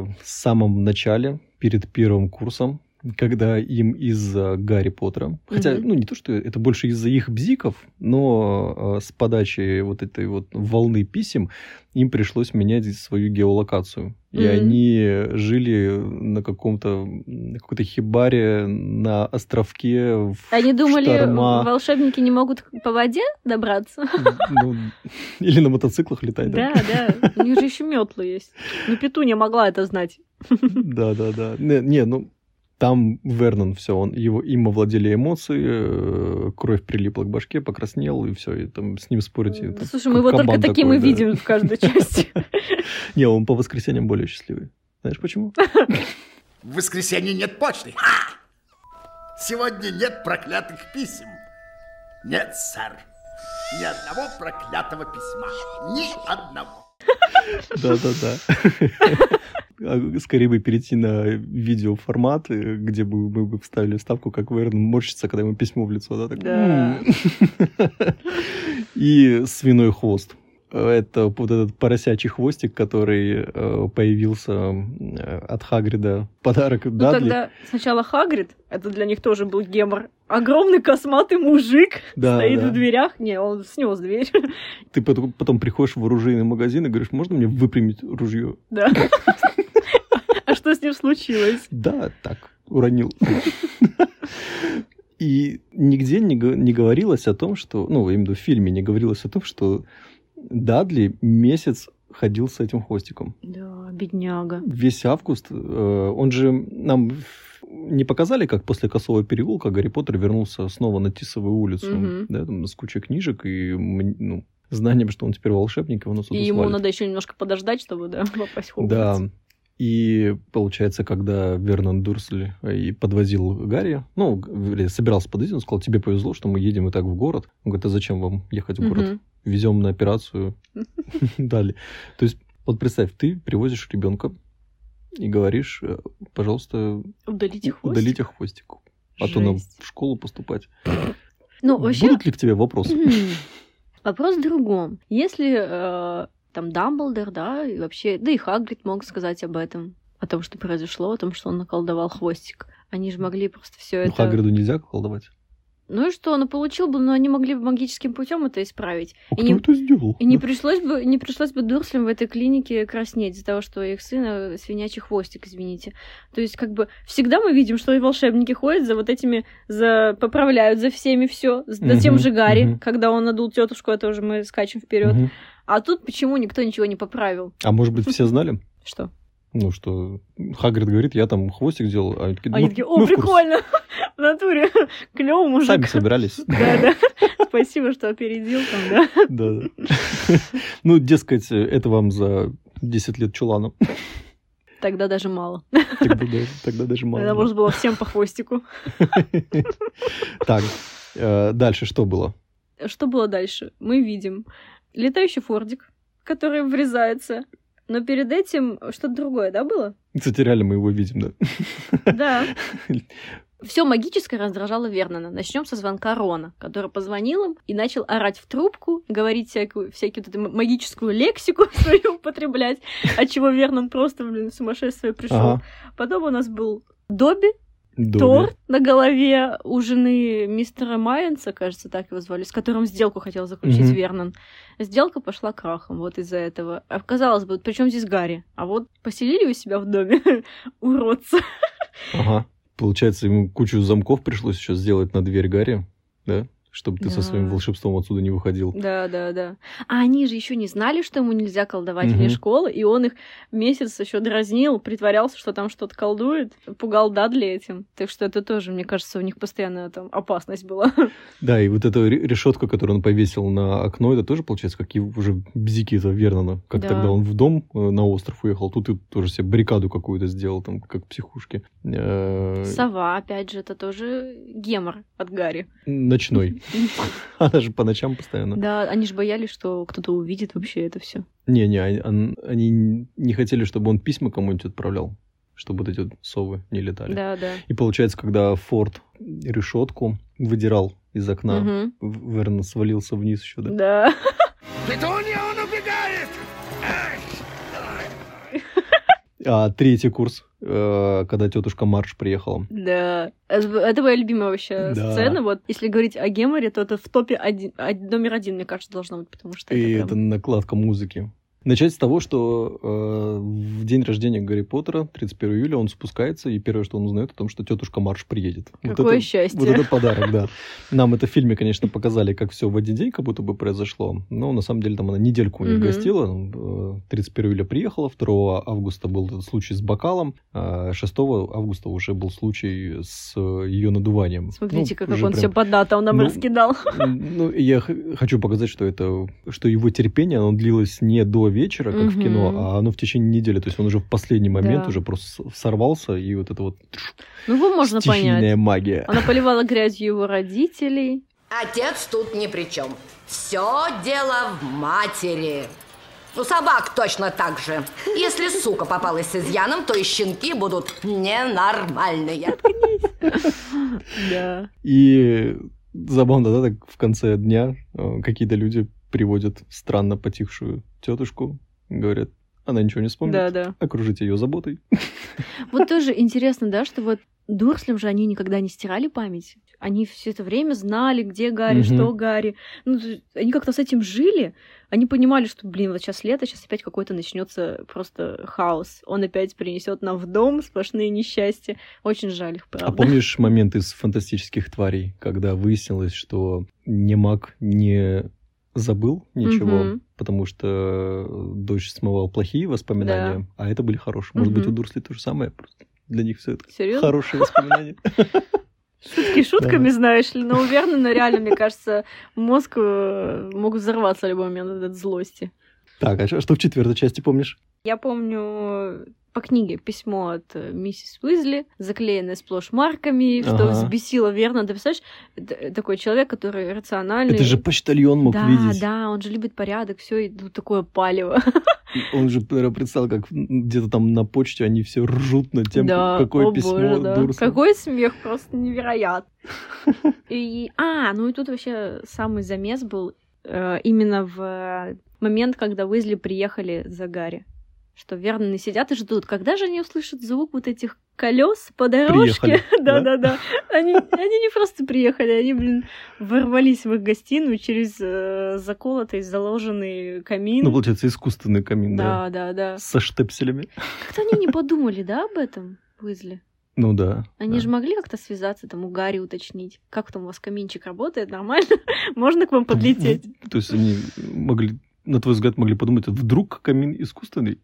Speaker 2: в самом начале, перед первым курсом, когда им из-за Гарри Поттера, хотя,
Speaker 1: Мгм.
Speaker 2: ну, не то, что это больше из-за их бзиков, но э, с подачи вот этой вот волны писем им пришлось менять здесь свою геолокацию. И
Speaker 1: Мгм.
Speaker 2: они жили на каком-то на какой-то хибаре на островке в
Speaker 1: Они думали,
Speaker 2: Шторма.
Speaker 1: волшебники не могут по воде добраться.
Speaker 2: ну, или на мотоциклах летать.
Speaker 1: Да, да. У них же еще метлы есть. Ну, Петунья могла это знать.
Speaker 2: Да, да, да. Не, не, ну там Вернон все, он его им овладели эмоции, э, кровь прилипла к башке, покраснел и все, и там с ним спорить. и
Speaker 1: Да,
Speaker 2: это
Speaker 1: слушай, мы его
Speaker 2: кабан
Speaker 1: только таким
Speaker 2: такой,
Speaker 1: и
Speaker 2: да.
Speaker 1: видим в каждой части. Ну
Speaker 2: Не, он по воскресеньям более счастливый. Знаешь почему?
Speaker 4: В воскресенье нет почты. Ха! Сегодня нет проклятых писем. Нет, сэр. Ни одного проклятого письма. Ни одного.
Speaker 2: Да, да, да. А Скорее бы перейти на видеоформат, э, где бы мы бы вставили вставку, как Верн морщится, когда ему письмо в лицо, да? так,
Speaker 1: Да.
Speaker 2: «М». И свиной хвост. Это вот этот поросячий хвостик, который э, появился э, от Хагрида. Подарок
Speaker 1: Ну,
Speaker 2: Дадли.
Speaker 1: тогда сначала Хагрид, это для них тоже был гемор. Огромный косматый мужик
Speaker 2: Да,
Speaker 1: стоит
Speaker 2: да.
Speaker 1: в дверях. Не, он снес дверь.
Speaker 2: Ты потом, потом приходишь в оружейный магазин и говоришь, можно мне выпрямить ружье?
Speaker 1: Да. А что с ним случилось?
Speaker 2: Да, так, уронил. И нигде не, го- не говорилось о том, что... Ну, я имею в виду в фильме не говорилось о том, что Дадли месяц ходил с этим хвостиком.
Speaker 1: Да, бедняга.
Speaker 2: Весь август. э, он же нам в- не показали, как после косого переулка Гарри Поттер вернулся снова на Тисовую улицу.
Speaker 1: Мгм.
Speaker 2: Да, там с кучей книжек и м, ну, знанием, что он теперь волшебник, его нас
Speaker 1: И ему надо еще немножко подождать, чтобы да, попасть в
Speaker 2: да.
Speaker 1: Хогвартс.
Speaker 2: И получается, когда Вернон Дурсли э, и подвозил Гарри, ну, г- вернее, собирался подвозить, он сказал, тебе повезло, что мы едем и так в город. Он говорит, а зачем вам ехать в город?
Speaker 1: Мгм.
Speaker 2: Везем на операцию. Дали. То есть, вот представь, ты привозишь ребенка и говоришь, э, пожалуйста,
Speaker 1: Удалите хвост.
Speaker 2: удалите хвостик. А то нам
Speaker 1: Жесть.
Speaker 2: в школу поступать.
Speaker 1: Ну, вообще,
Speaker 2: Будут ли к тебе вопросы? Ну,
Speaker 1: М. Вопрос в другом. Если э, там Дамблдор, да, и вообще, да и Хагрид мог сказать об этом, о том, что произошло, о том, что он наколдовал хвостик. Они же могли просто все
Speaker 2: Ну,
Speaker 1: это...
Speaker 2: Хагриду нельзя колдовать.
Speaker 1: Ну и что, он и получил бы, но они могли бы магическим путем это исправить.
Speaker 2: А
Speaker 1: И
Speaker 2: кто
Speaker 1: не-
Speaker 2: это сделал?
Speaker 1: И не пришлось бы, не пришлось бы Дурслям в этой клинике краснеть из-за того, что их сына э, свинячий хвостик, извините. То есть, как бы, всегда мы видим, что и волшебники ходят за вот этими, за поправляют за всеми все, за
Speaker 2: Мгм,
Speaker 1: тем же Гарри,
Speaker 2: мгм.
Speaker 1: когда он надул тетушку, это уже мы скачем вперед.
Speaker 2: Мгм.
Speaker 1: А тут почему никто ничего не поправил?
Speaker 2: А может быть, все знали?
Speaker 1: Что?
Speaker 2: Ну, что Хагрид говорит, я там хвостик делал. А они такие,
Speaker 1: Они
Speaker 2: ну,
Speaker 1: такие,
Speaker 2: мы
Speaker 1: о,
Speaker 2: в курсе».
Speaker 1: прикольно, в натуре, клево, мужик.
Speaker 2: Сами собирались.
Speaker 1: Да, да. Спасибо, что опередил там, да.
Speaker 2: Да, да. Ну, дескать, это вам за 10 лет чулана.
Speaker 1: Тогда даже мало.
Speaker 2: Тогда даже- Тогда даже мало.
Speaker 1: Тогда
Speaker 2: да.
Speaker 1: можно было всем по хвостику.
Speaker 2: Так, э, дальше что было?
Speaker 1: Что было дальше? Мы видим летающий фордик, который врезается. Но перед этим что-то другое, да, было?
Speaker 2: Кстати, реально мы его видим, да?
Speaker 1: Да. Все магическое раздражало Вернона. Начнем со звонка Рона, который позвонил им и начал орать в трубку, говорить всякую, всякую вот эту м- магическую лексику свою употреблять, от чего Вернон просто, блин, в сумасшествие пришел.
Speaker 2: Ага.
Speaker 1: Потом у нас был Добби,
Speaker 2: Добби.
Speaker 1: торт на голове у жены мистера Майенса, кажется, так его звали, с которым сделку хотел заключить
Speaker 2: Мгм.
Speaker 1: Вернон. Сделка пошла крахом вот из-за этого. А казалось бы, причем здесь Гарри? А вот поселили у себя в доме уродца.
Speaker 2: Ага. Получается, ему кучу замков пришлось еще сделать на дверь Гарри, да? Чтобы ты со своим
Speaker 1: Да.
Speaker 2: волшебством отсюда не выходил.
Speaker 1: Да, да, да. А они же еще не знали, что ему нельзя колдовать вне
Speaker 2: Мгм.
Speaker 1: школы, и он их месяц еще дразнил, притворялся, что там что-то колдует, пугал Дадли этим. Так что это тоже, мне кажется, у них постоянная там опасность была.
Speaker 2: Да, и вот эта ре- решетка, которую он повесил на окно, это тоже, получается, как и уже бзики это Вернона. Как
Speaker 1: Да.
Speaker 2: тогда он в дом э, на остров уехал, тут и тоже себе баррикаду какую-то сделал, там, как психушки. Э,
Speaker 1: Сова, опять же, это тоже гемор от Гарри.
Speaker 2: Ночной. Она же по ночам постоянно.
Speaker 1: Да, они же боялись, что кто-то увидит вообще это все.
Speaker 2: Не-не, они- он- а, они не хотели, чтобы он письма кому-нибудь отправлял, чтобы вот эти вот совы не летали.
Speaker 1: Да, да.
Speaker 2: И получается, когда Форд решетку выдирал из окна, В- Вернон свалился вниз еще, да?
Speaker 1: Да.
Speaker 4: Петунья, он убегает!
Speaker 2: А третий курс, э, когда тетушка Марш приехала.
Speaker 1: Да. Это это моя любимая вообще
Speaker 2: Да.
Speaker 1: сцена. Вот если говорить о геморе, то это в топе один, од- номер один, мне кажется, должно быть, потому что
Speaker 2: И
Speaker 1: это
Speaker 2: это
Speaker 1: прям...
Speaker 2: накладка музыки. Начать с того, что э, в день рождения Гарри Поттера, 31 июля, он спускается, и первое, что он узнает, о том, что тетушка Марш приедет.
Speaker 1: Какое
Speaker 2: это,
Speaker 1: счастье.
Speaker 2: Вот это подарок, да. Нам это в фильме, конечно, показали, как все в один день как будто бы произошло, но на самом деле там она недельку у них
Speaker 1: Мгм.
Speaker 2: гостила. Э, 31 июля приехала, 2 августа был этот случай с бокалом, а 6 августа уже был случай с ее надуванием.
Speaker 1: Смотрите,
Speaker 2: Ну,
Speaker 1: как,
Speaker 2: уже
Speaker 1: он
Speaker 2: прям-
Speaker 1: все податал, нам
Speaker 2: Ну,
Speaker 1: раскидал.
Speaker 2: ну, я х- хочу показать, что это, что его терпение, оно длилось не до вечера, как в кино,
Speaker 1: Мгм.
Speaker 2: а оно в течение недели. То есть он уже в последний момент
Speaker 1: Да.
Speaker 2: уже просто с- сорвался, и вот это вот тш,
Speaker 1: Ну, его можно
Speaker 2: стихийная
Speaker 1: понять.
Speaker 2: магия.
Speaker 1: Она поливала грязью его родителей.
Speaker 11: Отец тут ни при чем. Все дело в матери. У собак точно так же. Если сука попалась с изъяном, то и щенки будут ненормальные.
Speaker 1: Да.
Speaker 2: И забавно, да, так в конце дня э, какие-то люди приводят странно потихшую тетушку, говорят, она ничего не вспомнит,
Speaker 1: Да, да.
Speaker 2: окружите ее заботой.
Speaker 1: Вот тоже интересно, да, что вот Дурслям же они никогда не стирали память. Они все это время знали, где Гарри,
Speaker 2: Мгм.
Speaker 1: что Гарри. Ну, то есть они как-то с этим жили. Они понимали, что, блин, вот сейчас лето, сейчас опять какой-то начнется просто хаос. Он опять принесет нам в дом сплошные несчастья. Очень жаль их, правда.
Speaker 2: А помнишь момент из «Фантастических тварей», когда выяснилось, что не маг не забыл ничего,
Speaker 1: Мгм.
Speaker 2: потому что э, дождь смывал плохие воспоминания, а это были хорошие. Может быть, у
Speaker 1: Мгм.
Speaker 2: Дурсли то же самое, просто для них все это
Speaker 1: Серьёзно?
Speaker 2: хорошие воспоминания.
Speaker 1: Шутки шутками, знаешь ли, но уверенно, но реально, мне кажется, мозг э, мог взорваться в любой момент от злости.
Speaker 2: Так, а чё- что в четвертой части помнишь?
Speaker 1: Я помню по книге письмо от э, миссис Уизли, заклеенное сплошь марками, что
Speaker 2: Ага.
Speaker 1: взбесило верно. Ты представляешь, т- такой человек, который рациональный.
Speaker 2: Это же почтальон мог
Speaker 1: да,
Speaker 2: видеть.
Speaker 1: да, он же любит порядок, все, и тут такое палево.
Speaker 2: Он же наверное, представил, как где-то там на почте они все ржут над тем,
Speaker 1: да,
Speaker 2: какое
Speaker 1: о
Speaker 2: письмо
Speaker 1: боже, да.
Speaker 2: Дурсли.
Speaker 1: Какой смех, просто невероятно. И, а, ну и тут вообще самый замес был э, именно в момент, когда Уизли приехали за Гарри. Что Верноны сидят и ждут, когда же они услышат звук вот этих колес по дорожке.
Speaker 2: Приехали, да?
Speaker 1: Да-да-да. Они, они не просто приехали, они, блин, ворвались в их гостиную через э, заколотый, заложенный камин.
Speaker 2: Ну, получается, искусственный камин, да.
Speaker 1: Да-да-да.
Speaker 2: Со штепселями.
Speaker 1: Как-то они не подумали, да, об этом, Уизли?
Speaker 2: Ну да.
Speaker 1: Они же могли как-то связаться, там, у Гарри уточнить, как там у вас каминчик работает, нормально? Можно к вам подлететь?
Speaker 2: То есть они могли, на твой взгляд, могли подумать, вдруг камин искусственный?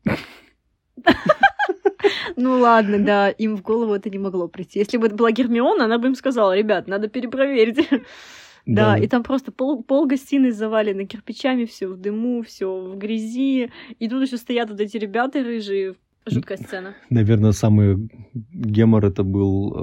Speaker 1: Ну ладно, да, им в голову это не могло прийти. Если бы это была Гермиона, она бы им сказала, ребят, надо перепроверить. Да,
Speaker 2: Да.
Speaker 1: и там просто пол, пол гостиной завалено кирпичами, все в дыму, все в грязи. И тут еще стоят вот эти ребята рыжие. Жуткая сцена.
Speaker 2: Наверное, самый гемор это был э,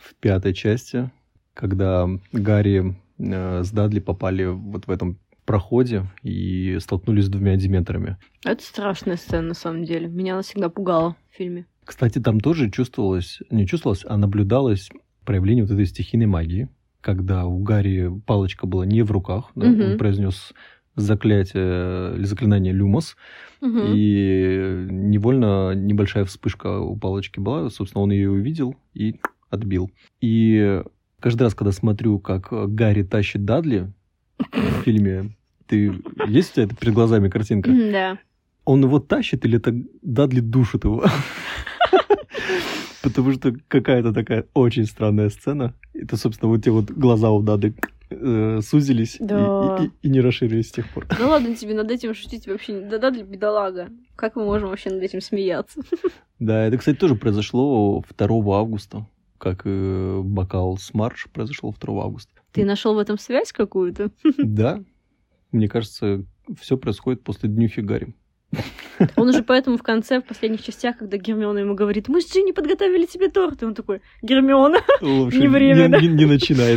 Speaker 2: в пятой части, когда Гарри э, с Дадли попали вот в этом проходе и столкнулись с двумя дементорами.
Speaker 1: Это страшная сцена, на самом деле. Меня она всегда пугала в фильме.
Speaker 2: Кстати, там тоже чувствовалось, не чувствовалось, а наблюдалось проявление вот этой стихийной магии, когда у Гарри палочка была не в руках, да,
Speaker 1: Мгм.
Speaker 2: он произнес заклятие или заклинание Люмос,
Speaker 1: Мгм.
Speaker 2: и невольно небольшая вспышка у палочки была, собственно, он ее увидел и отбил. И каждый раз, когда смотрю, как Гарри тащит Дадли в фильме, ты есть у тебя это перед глазами картинка?
Speaker 1: М, Да.
Speaker 2: он его тащит или это Дадли душит его? Потому что какая-то такая очень странная сцена. Это, собственно, вот те вот глаза у Дадли э, сузились и-
Speaker 1: Да.
Speaker 2: и, и не расширились с тех пор.
Speaker 1: Да Ну ладно тебе над этим шутить вообще. не- Да да, для бедолага. Как мы можем вообще над этим смеяться?
Speaker 2: Да, это, кстати, тоже произошло 2 августа, как э, бокал с марш произошел 2 августа.
Speaker 1: Ты нашел в этом связь какую-то?
Speaker 2: Да, мне кажется, все происходит после днюхи Гарри.
Speaker 1: Он уже поэтому в конце, в последних частях, когда Гермиона ему говорит, мы с Джинни подготовили тебе торт, и он такой, Гермиона,
Speaker 2: Лучше
Speaker 1: Не время,
Speaker 2: Ну, не,
Speaker 1: да?
Speaker 2: не- не начинай,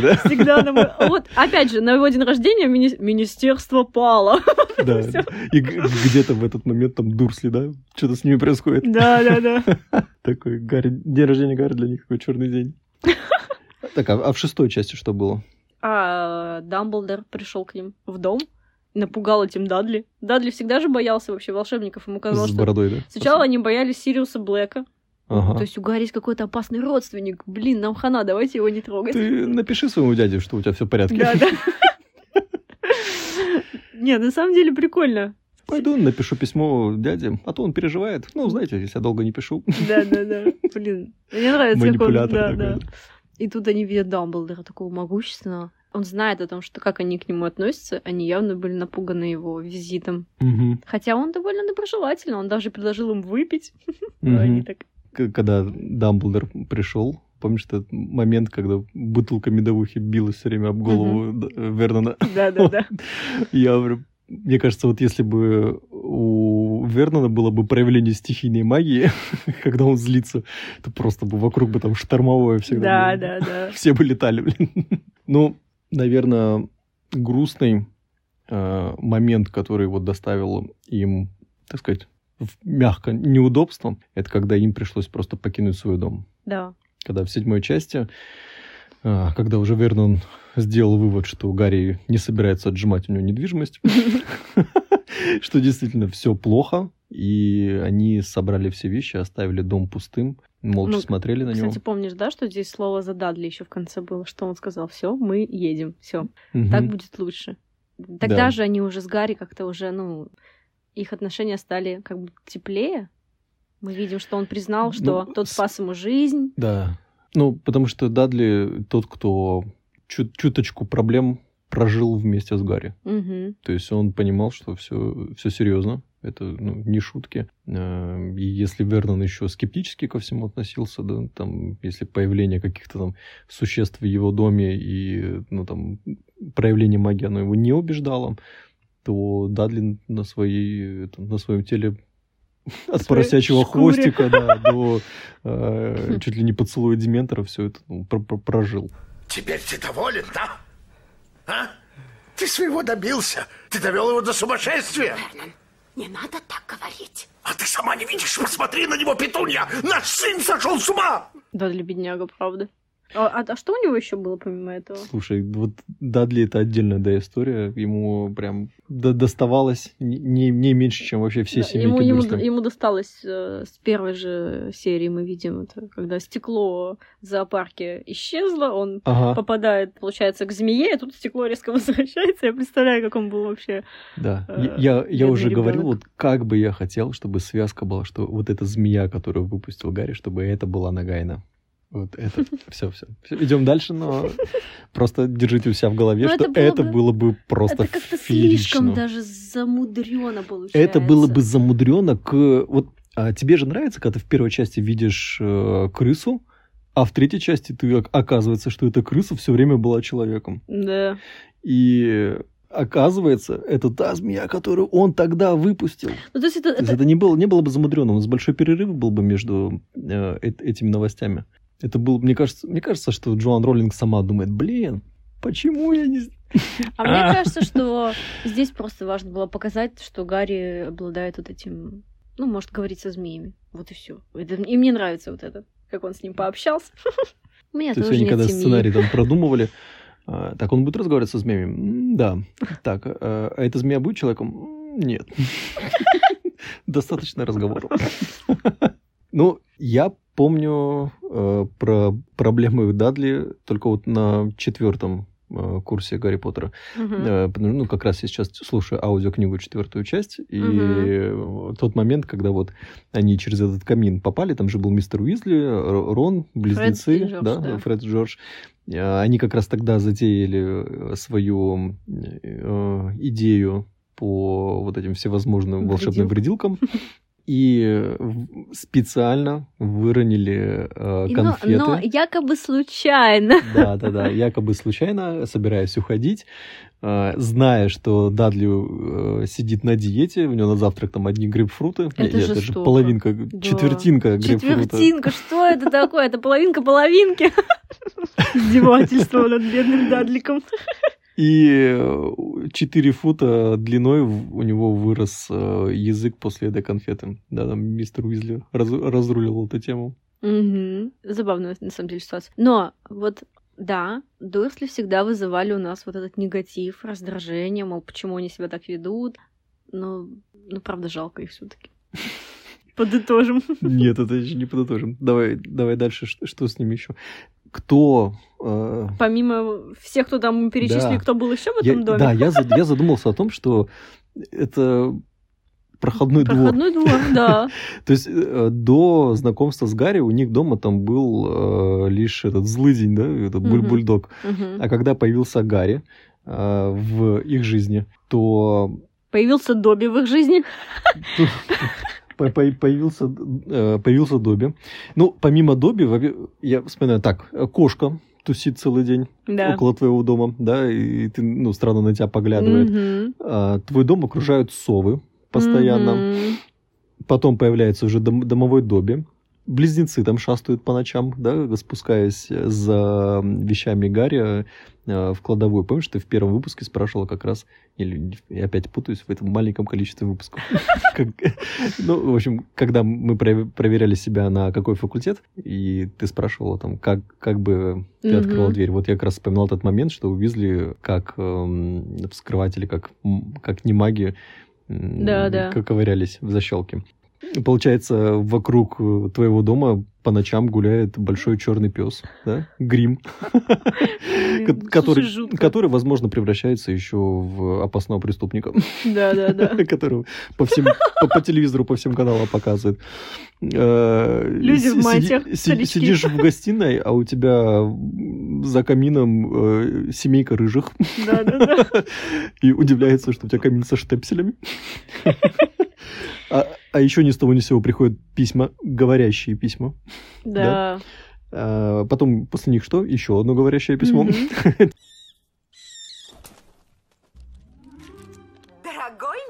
Speaker 2: да?
Speaker 1: всегда на мой-» А Вот, опять же, на его день рождения мини- министерство пало.
Speaker 2: Да.
Speaker 1: Всё.
Speaker 2: И г- где-то в этот момент там Дурсли, да? Что-то с ними происходит.
Speaker 1: Да, да, да.
Speaker 2: Такой Гарри, день рождения Гарри для них, какой черный день. Так, а, а в шестой части что было?
Speaker 1: А Дамблдор пришел к ним в дом, напугал этим Дадли. Дадли всегда же боялся вообще волшебников, ему казалось,
Speaker 2: С
Speaker 1: что...
Speaker 2: бородой, да?
Speaker 1: Сначала они боялись Сириуса Блэка.
Speaker 2: Ага.
Speaker 1: То есть у Гарри есть какой-то опасный родственник. Блин, нам хана, давайте его не трогать.
Speaker 2: Ты напиши своему дяде, что у тебя все в порядке.
Speaker 1: Да, да. Не, на самом деле прикольно.
Speaker 2: Пойду напишу письмо дяде, а то он переживает. Ну, знаете, если я долго не пишу.
Speaker 1: Да, да, да. Блин, мне нравится, как он...
Speaker 2: Манипулятор
Speaker 1: Э, Да,
Speaker 2: такой,
Speaker 1: да.
Speaker 2: да.
Speaker 1: И тут они видят Дамблдора такого могущественного. Он знает о том, что как они к нему относятся. Они явно были напуганы его визитом.
Speaker 2: Мгм.
Speaker 1: Хотя он довольно доброжелательный. Он даже предложил им выпить. Но они
Speaker 2: Мгм.
Speaker 1: так...
Speaker 2: К- Когда Дамблдор пришел, помнишь этот момент, когда бутылка медовухи билась все время об голову Д- э, Вернона?
Speaker 1: Да, да, да.
Speaker 2: Я, прям- мне кажется, вот если бы у Вернона было бы проявление стихийной магии, когда он злится, то просто бы вокруг бы там штормовое всегда.
Speaker 1: Да,
Speaker 2: было.
Speaker 1: да, да.
Speaker 2: Все бы летали, блин. Ну, наверное, грустный э, момент, который вот доставил им, так сказать, в- мягко неудобство, это когда им пришлось просто покинуть свой дом
Speaker 1: Да.
Speaker 2: когда в седьмой части, а, когда уже Вернон сделал вывод, что Гарри не собирается отжимать у него недвижимость, что действительно все плохо, и они собрали все вещи, оставили дом пустым, молча
Speaker 1: Ну,
Speaker 2: смотрели на него.
Speaker 1: Кстати, помнишь, да, что здесь слово за Дадли еще в конце было, что он сказал, все, мы едем, все,
Speaker 2: Мгм.
Speaker 1: так будет лучше. Тогда
Speaker 2: Да.
Speaker 1: же они уже с Гарри как-то уже, ну, их отношения стали как бы теплее. Мы видим, что он признал, что
Speaker 2: Ну,
Speaker 1: тот
Speaker 2: с-
Speaker 1: спас ему жизнь.
Speaker 2: Да. Ну, потому что Дадли тот, кто чу- чуточку проблем прожил вместе с Гарри.
Speaker 1: Мгм.
Speaker 2: То есть он понимал, что все, все серьезно, это ну, не шутки. Э, И если Вернон еще скептически ко всему относился, да, там, если появление каких-то там существ в его доме и ну, там, проявление магии, оно его не убеждало, то Дадли на, своей, это, на своем теле от
Speaker 1: своей
Speaker 2: поросячьего
Speaker 1: шкуре.
Speaker 2: хвостика да, до э, чуть ли не поцелуя Дементора все это ну, про- про- прожил.
Speaker 4: Теперь ты доволен, да? А? Ты своего добился. Ты довел его до сумасшествия.
Speaker 6: Не надо так говорить.
Speaker 4: А ты сама не видишь? Посмотри на него, петунья! Наш сын сошел с ума!
Speaker 1: Дадли бедняга, правда. А, а- а что у него еще было помимо этого?
Speaker 2: Слушай, вот Дадли это отдельная да, история. Ему прям до- доставалось не- не, не меньше, чем вообще все
Speaker 1: Да,
Speaker 2: семейки
Speaker 1: ему, ему,
Speaker 2: Дурслей.
Speaker 1: ему досталось э, с первой же серии, мы видим это, когда стекло в зоопарке исчезло, он
Speaker 2: Ага.
Speaker 1: попадает, получается, к змее, а тут стекло резко возвращается. Я представляю, как он был вообще.
Speaker 2: Да.
Speaker 1: э,
Speaker 2: Я, я, я
Speaker 1: бедный
Speaker 2: уже говорил,
Speaker 1: ребёнок.
Speaker 2: вот как бы я хотел, чтобы связка была, что вот эта змея, которую выпустил Гарри, чтобы это была Нагайна. Вот это. Все, все. Идем дальше, но просто держите у себя в голове,
Speaker 1: Ну,
Speaker 2: что
Speaker 1: это
Speaker 2: это
Speaker 1: было
Speaker 2: было,
Speaker 1: бы-
Speaker 2: бы просто
Speaker 1: Это как-то
Speaker 2: феерично.
Speaker 1: слишком даже замудрено получается.
Speaker 2: Это было бы замудрено к... Вот А тебе же нравится, когда ты в первой части видишь э, крысу, а в третьей части ты ок- оказывается, что эта крыса все время была человеком.
Speaker 1: Да.
Speaker 2: И оказывается, это та змея, которую он тогда выпустил.
Speaker 1: Ну, то есть это,
Speaker 2: То есть
Speaker 1: это-
Speaker 2: это не было, не было бы замудрено, у нас большой перерыв был бы между э, эт- этими новостями. Это было, мне кажется, мне кажется, что Джоан Роллинг сама думает, блин, почему я не... с-
Speaker 1: А мне кажется, что здесь просто важно было показать, что Гарри обладает вот этим, ну, может говорить со змеями. Вот и все. и мне нравится вот это, как он с ним пообщался. У меня
Speaker 2: То есть
Speaker 1: тоже
Speaker 2: они
Speaker 1: нет
Speaker 2: когда
Speaker 1: семьи.
Speaker 2: сценарий там продумывали, а, так он будет разговаривать со змеями? М, Да. Так, э, а эта змея будет человеком? М, Нет. Достаточно разговора. Ну, я помню э, про проблемы Дадли только вот на четвертом э, курсе Гарри Поттера.
Speaker 1: Мгм.
Speaker 2: Э, потому- Ну, как раз я сейчас слушаю аудиокнигу четвертую часть, и
Speaker 1: Мгм.
Speaker 2: э, тот момент, когда вот они через этот камин попали, там же был мистер Уизли, Р- Рон, близнецы,
Speaker 1: Джордж,
Speaker 2: да,
Speaker 1: да.
Speaker 2: Фред и Джордж. Э, Они как раз тогда затеяли э, свою э, идею по вот этим всевозможным волшебным вредилкам. И э, в- специально выронили э,
Speaker 1: И но-
Speaker 2: конфеты.
Speaker 1: но якобы случайно.
Speaker 2: Да, да, да. Якобы случайно, собираясь уходить, э, зная, что Дадли э, сидит на диете, у него на завтрак там одни грейпфруты.
Speaker 1: Это
Speaker 2: Нет, нет,
Speaker 1: жестоко.
Speaker 2: половинка, четвертинка грейпфрута.
Speaker 1: Четвертинка, что это такое? Это половинка половинки. Издевательство над бедным Дадликом.
Speaker 2: И э, 4 фута длиной в- у него вырос э, язык после этой конфеты. Да, там мистер Уизли раз- разрулил эту тему.
Speaker 1: Мгм. Забавная, на самом деле, ситуация. Но вот да, Дурсли всегда вызывали у нас вот этот негатив, раздражение, мол, почему они себя так ведут. Но, ну, правда, жалко их все таки Подытожим.
Speaker 2: Нет, это еще не подытожим. Давай, давай дальше, что, что с ним еще? Кто э,
Speaker 1: Помимо всех, кто там мы перечислили,
Speaker 2: Да.
Speaker 1: кто был еще в
Speaker 2: Я-
Speaker 1: этом доме.
Speaker 2: Да, я, зад- я задумался о том, что это проходной,
Speaker 1: Проходной двор, да.
Speaker 2: То есть э, до знакомства с Гарри у них дома там был э, лишь этот злыдень, да, это буль
Speaker 1: Мгм.
Speaker 2: бульдог.
Speaker 1: Мгм.
Speaker 2: А когда появился Гарри э, в их жизни, то
Speaker 1: Появился Добби в их жизни.
Speaker 2: по- по- появился, э, появился Добби. Ну, помимо Добби, во- я вспоминаю так, э, кошка тусит целый день
Speaker 1: Да.
Speaker 2: около твоего дома, да, и ты, ну, странно на тебя поглядывает.
Speaker 1: Мгм.
Speaker 2: А, Твой дом окружают совы постоянно.
Speaker 1: Мгм.
Speaker 2: Потом появляется уже дом- домовой доби. Близнецы там шастают по ночам, да, спускаясь э, за вещами Гарри э, в кладовую. Помнишь, ты в первом выпуске спрашивала как раз, или я опять путаюсь в этом маленьком количестве выпусков. Как- Ну, в общем, когда мы пров- проверяли себя на какой факультет, и ты спрашивала там, как, как бы ты
Speaker 1: Мгм.
Speaker 2: открыла дверь. Вот я как раз вспоминал тот момент, что увезли как эм, вскрыватели, как, м- как не маги, м,
Speaker 1: Да, да.
Speaker 2: к- ковырялись в защелке. Получается, вокруг э, твоего дома по ночам гуляет большой черный пес, да? Грим,
Speaker 1: слушай,
Speaker 2: который,
Speaker 1: жутко.
Speaker 2: который, возможно, превращается еще в опасного преступника,
Speaker 1: Да, да, да.
Speaker 2: которого по всем по, по телевизору по всем каналам Э, показывает. Люди
Speaker 1: Люди в мантиях, старички.
Speaker 2: Сидишь в гостиной, а у тебя за камином э, семейка рыжих
Speaker 1: Да, да, да.
Speaker 2: и удивляется, что у тебя камин со штепселями. А, а еще ни с того ни с сего приходят письма, говорящие письма.
Speaker 1: Да.
Speaker 2: А, потом после них что? Еще одно говорящее письмо.
Speaker 6: Дорогой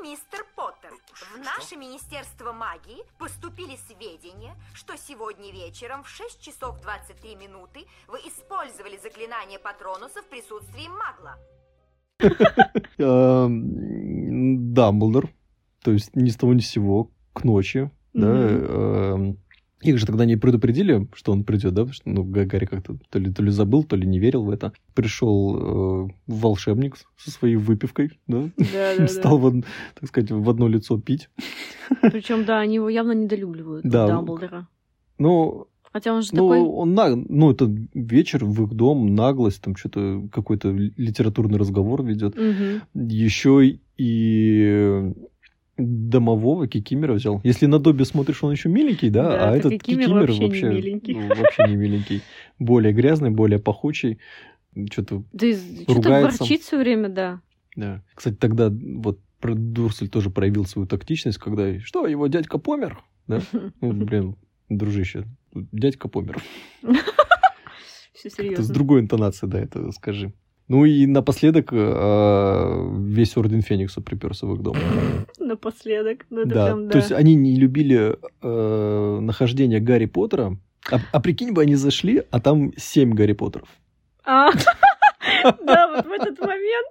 Speaker 6: мистер Поттер, в наше Министерство магии поступили сведения, что сегодня вечером в 6 часов 23 минуты вы использовали заклинание Патронуса в присутствии магла.
Speaker 2: А, м, Дамблдор, то есть ни с того ни с сего, к ночи, да,
Speaker 1: Мгм.
Speaker 2: эм, их же тогда не предупредили, что он придет, да? потому что, ну, Га- Гарри как-то то ли, то ли забыл, то ли не верил в это. Пришел э, волшебник с- со своей выпивкой, да?
Speaker 1: Да, да,
Speaker 2: Стал,
Speaker 1: да.
Speaker 2: в од- так сказать, в одно лицо пить.
Speaker 1: Причем, да, они его явно недолюбливают,
Speaker 2: Да.
Speaker 1: Дамблдора.
Speaker 2: Ну,
Speaker 1: Хотя он же
Speaker 2: ну,
Speaker 1: такой...
Speaker 2: он наг... ну, это вечер в их дом, наглость, там что-то, какой-то литературный разговор ведет.
Speaker 1: Мгм.
Speaker 2: Еще и домового Кикимера взял. Если на Добби смотришь, он еще миленький, да,
Speaker 1: Да,
Speaker 2: а
Speaker 1: то
Speaker 2: этот
Speaker 1: Кикимер
Speaker 2: Кикимер
Speaker 1: вообще
Speaker 2: вообще,
Speaker 1: не миленький.
Speaker 2: ну, вообще не миленький. Более грязный, более пахучий. Что-то
Speaker 1: Да и что-то
Speaker 2: ругается.
Speaker 1: ворчит все время, да.
Speaker 2: Да. Кстати, тогда вот про- Дурсль тоже проявил свою тактичность, когда что, его дядька помер? Да? Ну, блин, дружище, тут дядька помер.
Speaker 1: Все
Speaker 2: Это с
Speaker 1: серьезно.
Speaker 2: другой интонацией, да, это скажи. Ну и напоследок э, весь Орден Феникса приперся в их дом.
Speaker 1: Напоследок. Ну, это
Speaker 2: Да,
Speaker 1: прям, да.
Speaker 2: то есть они не любили э, нахождение Гарри Поттера. А, а прикинь бы, они зашли, а там семь Гарри Поттеров.
Speaker 1: А, Да, вот в этот момент.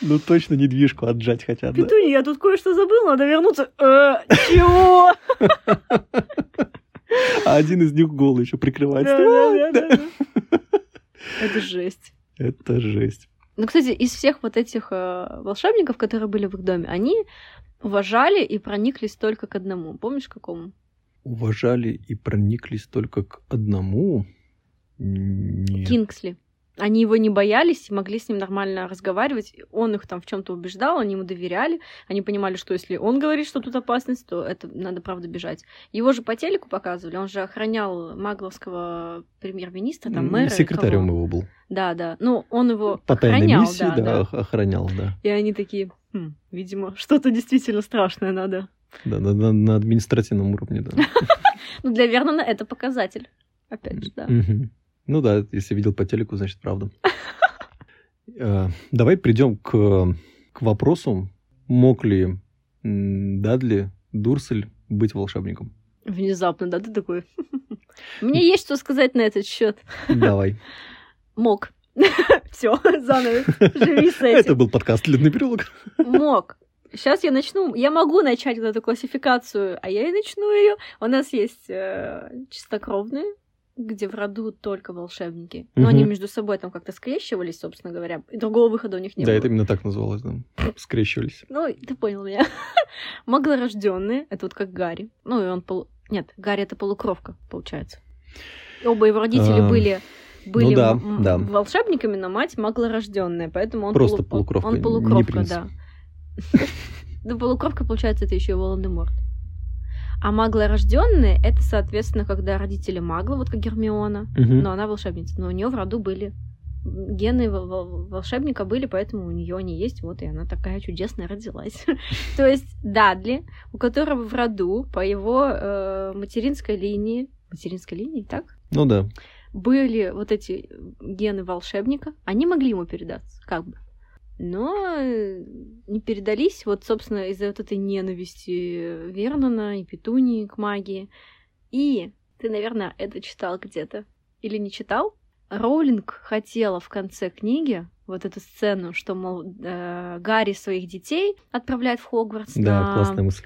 Speaker 2: Ну точно недвижку отжать хотят, да?
Speaker 1: Петунь, я тут кое-что забыл, надо вернуться. Э, Чего?
Speaker 2: А один из них голый еще
Speaker 1: Да,
Speaker 2: прикрывается.
Speaker 1: да, да, да, да. Это жесть.
Speaker 2: Это жесть.
Speaker 1: Ну, кстати, из всех вот этих э, волшебников, которые были в их доме, они уважали и прониклись только к одному. Помнишь, к какому?
Speaker 2: Уважали и прониклись только к одному. Нет.
Speaker 1: Кингсли. Они его не боялись и могли с ним нормально разговаривать. Он их там в чем-то убеждал, они ему доверяли. Они понимали, что если он говорит, что тут опасность, то это надо, правда, бежать. Его же по телеку показывали, он же охранял магловского премьер-министра, там, мэра. или
Speaker 2: Секретарем
Speaker 1: кого.
Speaker 2: его был.
Speaker 1: Да, да. Ну, он его
Speaker 2: По тайной
Speaker 1: охранял,
Speaker 2: миссии,
Speaker 1: да, да.
Speaker 2: ох- охранял, да.
Speaker 1: И они такие, «Хм, видимо, что-то действительно страшное надо.
Speaker 2: Да, на, на- на административном уровне, да.
Speaker 1: Ну, для Вернона это показатель. Опять же, да.
Speaker 2: Мгм. Ну да, если видел по телеку, значит, правда. Э, Давай придем к, к вопросу, мог ли м, Дадли Дурсель быть волшебником?
Speaker 1: Внезапно, да, ты такой. Мне есть что сказать на этот счет.
Speaker 2: Давай.
Speaker 1: Мог. Все, заново. Живи с
Speaker 2: Это
Speaker 1: этим.
Speaker 2: был подкаст «Ледный переулок».
Speaker 1: Мог. Сейчас я начну. Я могу начать вот эту классификацию, а я и начну ее. У нас есть э, чистокровные, где в роду только волшебники. Но они
Speaker 2: Мгм.
Speaker 1: между собой там как-то скрещивались, собственно говоря. И другого выхода у них не
Speaker 2: Да,
Speaker 1: было.
Speaker 2: это именно так называлось. да. Скрещивались.
Speaker 1: Ну, ты понял меня. Маглорожденные, это вот как Гарри. Ну, и он полу... Нет, Гарри это полукровка, получается. Оба его родители
Speaker 2: Эм,
Speaker 1: были, были
Speaker 2: ну да,
Speaker 1: м- м-
Speaker 2: да.
Speaker 1: волшебниками, но мать маглорожденная, поэтому он
Speaker 2: Просто
Speaker 1: полу-
Speaker 2: полукровка,
Speaker 1: Он
Speaker 2: не
Speaker 1: полукровка,
Speaker 2: принц.
Speaker 1: да. Да, полукровка, получается, это еще и Волан-де-Морт. А маглорожденные это, соответственно, когда родители магла, вот как Гермиона,
Speaker 2: Мгм.
Speaker 1: но она волшебница, но у нее в роду были гены вол- вол- волшебника были, поэтому у нее они есть, вот и она такая чудесная родилась. То есть Дадли, у которого в роду по его э, материнской линии, материнской линии, так?
Speaker 2: Ну да.
Speaker 1: были вот эти э, гены волшебника, они могли ему передаться, как бы. Но э, не передались, вот, собственно, из-за вот этой ненависти э, Вернона и Петунии к магии. И ты, наверное, это читал где-то. Или не читал? Роулинг хотела в конце книги вот эту сцену, что, мол, э, Гарри своих детей отправляет в Хогвартс
Speaker 2: Да,
Speaker 1: на-
Speaker 2: классная мысль.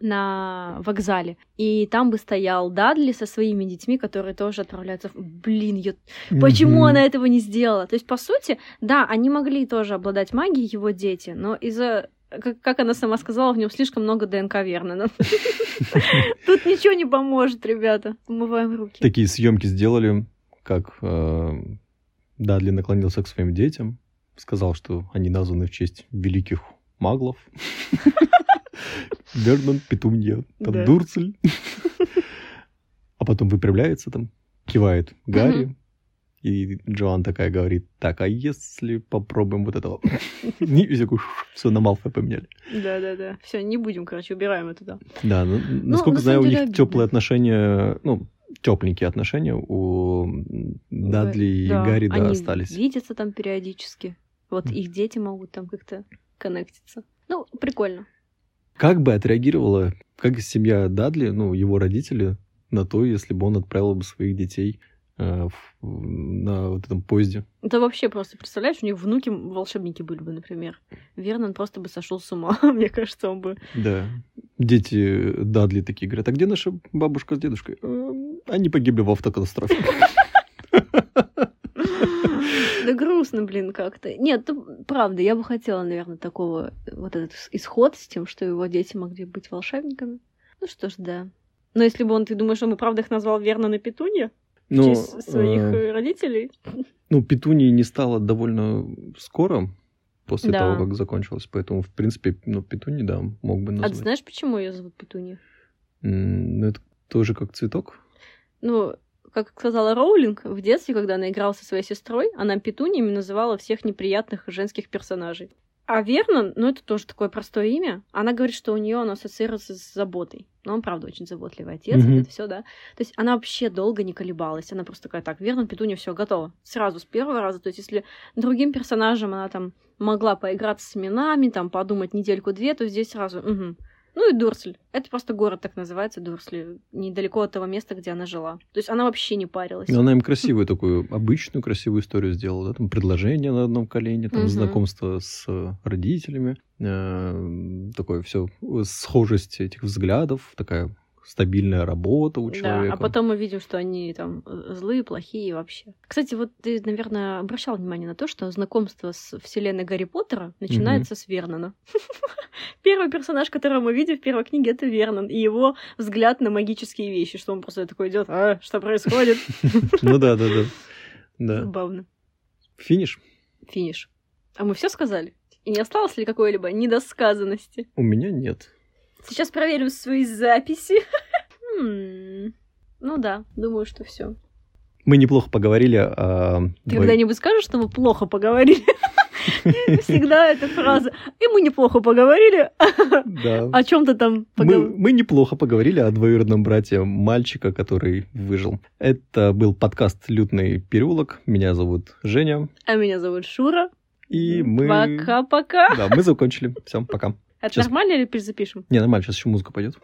Speaker 1: на вокзале. И там бы стоял Дадли со своими детьми, которые тоже отправляются. в- Блин, я... почему
Speaker 12: Мгм.
Speaker 1: она этого не сделала? То есть, по сути, да, они могли тоже обладать магией, его дети, но из-за как, как она сама сказала, в нем слишком много ДНК Вернона. Тут ничего не поможет, ребята. Умываем руки.
Speaker 2: Такие съемки сделали, как э, Дадли наклонился к своим детям, сказал, что они названы в честь великих маглов. Вернон, Петунья,
Speaker 1: Да.
Speaker 2: там Дурцель. А потом выпрямляется там, кивает Гарри. И Джоан такая говорит, так, а если попробуем вот этого? И все на Малфоя поменяли.
Speaker 1: Да, да, да. Все, не будем, короче, убираем это, да.
Speaker 2: Да, ну,
Speaker 1: Ну,
Speaker 2: насколько
Speaker 1: на
Speaker 2: знаю,
Speaker 1: самом
Speaker 2: у
Speaker 1: деле
Speaker 2: них
Speaker 1: обидно.
Speaker 2: теплые отношения, ну, тепленькие отношения у м, Дадли и
Speaker 1: Да,
Speaker 2: Гарри, да,
Speaker 1: они
Speaker 2: остались.
Speaker 1: видятся там периодически. Вот их дети могут там как-то коннектиться. Ну, прикольно.
Speaker 2: Как бы отреагировала, как семья Дадли, ну, его родители, на то, если бы он отправил бы своих детей э, в- на вот этом поезде?
Speaker 1: Это вообще просто, представляешь, у них внуки волшебники были бы, например. Вернон просто бы сошел с ума. Мне кажется, он бы...
Speaker 2: Да. Дети Дадли такие говорят, а где наша бабушка с дедушкой? «Эм, Они погибли в автокатастрофе.
Speaker 1: Да грустно, блин, как-то. Нет, ну, правда, я бы хотела, наверное, такого, вот этот исход с тем, что его дети могли быть волшебниками. Ну что ж, да. Но если бы он, ты думаешь, он бы правда их назвал Вернон и Петунья? В
Speaker 2: Ну,
Speaker 1: честь своих
Speaker 2: э,
Speaker 1: э, родителей?
Speaker 2: Ну, Петунии не стало довольно скоро после
Speaker 1: Да.
Speaker 2: того, как закончилось. Поэтому, в принципе, ну, Петуни, да, мог
Speaker 1: А
Speaker 2: бы
Speaker 1: ты
Speaker 2: назвать.
Speaker 1: знаешь, почему ее зовут Петунья?
Speaker 2: М, Ну, это тоже как цветок.
Speaker 1: Ну, как сказала Роулинг, в детстве, когда она играла со своей сестрой, она петуньями называла всех неприятных женских персонажей. А Вернон, ну это тоже такое простое имя, она говорит, что у нее оно ассоциируется с заботой. Но он, правда, очень заботливый отец,
Speaker 12: Мгм.
Speaker 1: вот это все, да. То есть она вообще долго не колебалась. Она просто такая, так, Вернон, Петунья, все готово. Сразу, с первого раза. То есть если другим персонажем она там могла поиграться с именами, там подумать недельку-две, то здесь сразу, «Мгм». Ну и Дурсль. Это просто город так называется, Дурсли, недалеко от того места, где она жила. То есть она вообще не парилась.
Speaker 2: И она им красивую такую, обычную красивую историю сделала. Да? Там предложение на одном колене, там
Speaker 1: Мгм.
Speaker 2: знакомство с э, родителями, э, такое все, схожесть этих взглядов, такая стабильная работа у человека.
Speaker 1: Да, а потом мы видим, что они там э, злые, плохие вообще. Кстати, вот ты, наверное, обращал внимание на то, что знакомство с вселенной Гарри Поттера начинается с Вернона. Первый персонаж, которого мы видим в первой книге, это Вернон, и его взгляд на магические вещи, что он просто такой идет, а, что происходит?
Speaker 2: Ну да, да, да. Да.
Speaker 1: Забавно.
Speaker 2: Финиш.
Speaker 1: Финиш. А мы все сказали? И не осталось ли какой-либо недосказанности?
Speaker 2: У меня нет.
Speaker 1: Сейчас проверим свои записи. М, Ну да, думаю, что все.
Speaker 2: Мы неплохо поговорили о...
Speaker 1: Ты
Speaker 2: двоих-
Speaker 1: когда-нибудь скажешь, что мы плохо поговорили? Всегда эта фраза. И мы неплохо поговорили
Speaker 2: Да.
Speaker 1: о чем-то там.
Speaker 2: Мы, мы неплохо поговорили о двоюродном брате мальчика, который выжил. Это был подкаст «Лютный переулок». Меня зовут Женя.
Speaker 1: А меня зовут Шура.
Speaker 2: И
Speaker 1: Ну,
Speaker 2: мы...
Speaker 1: Пока-пока.
Speaker 2: Да, мы закончили. Все, пока.
Speaker 1: Это
Speaker 2: Сейчас-
Speaker 1: нормально или перезапишем?
Speaker 2: Не, нормально, сейчас еще музыка пойдет.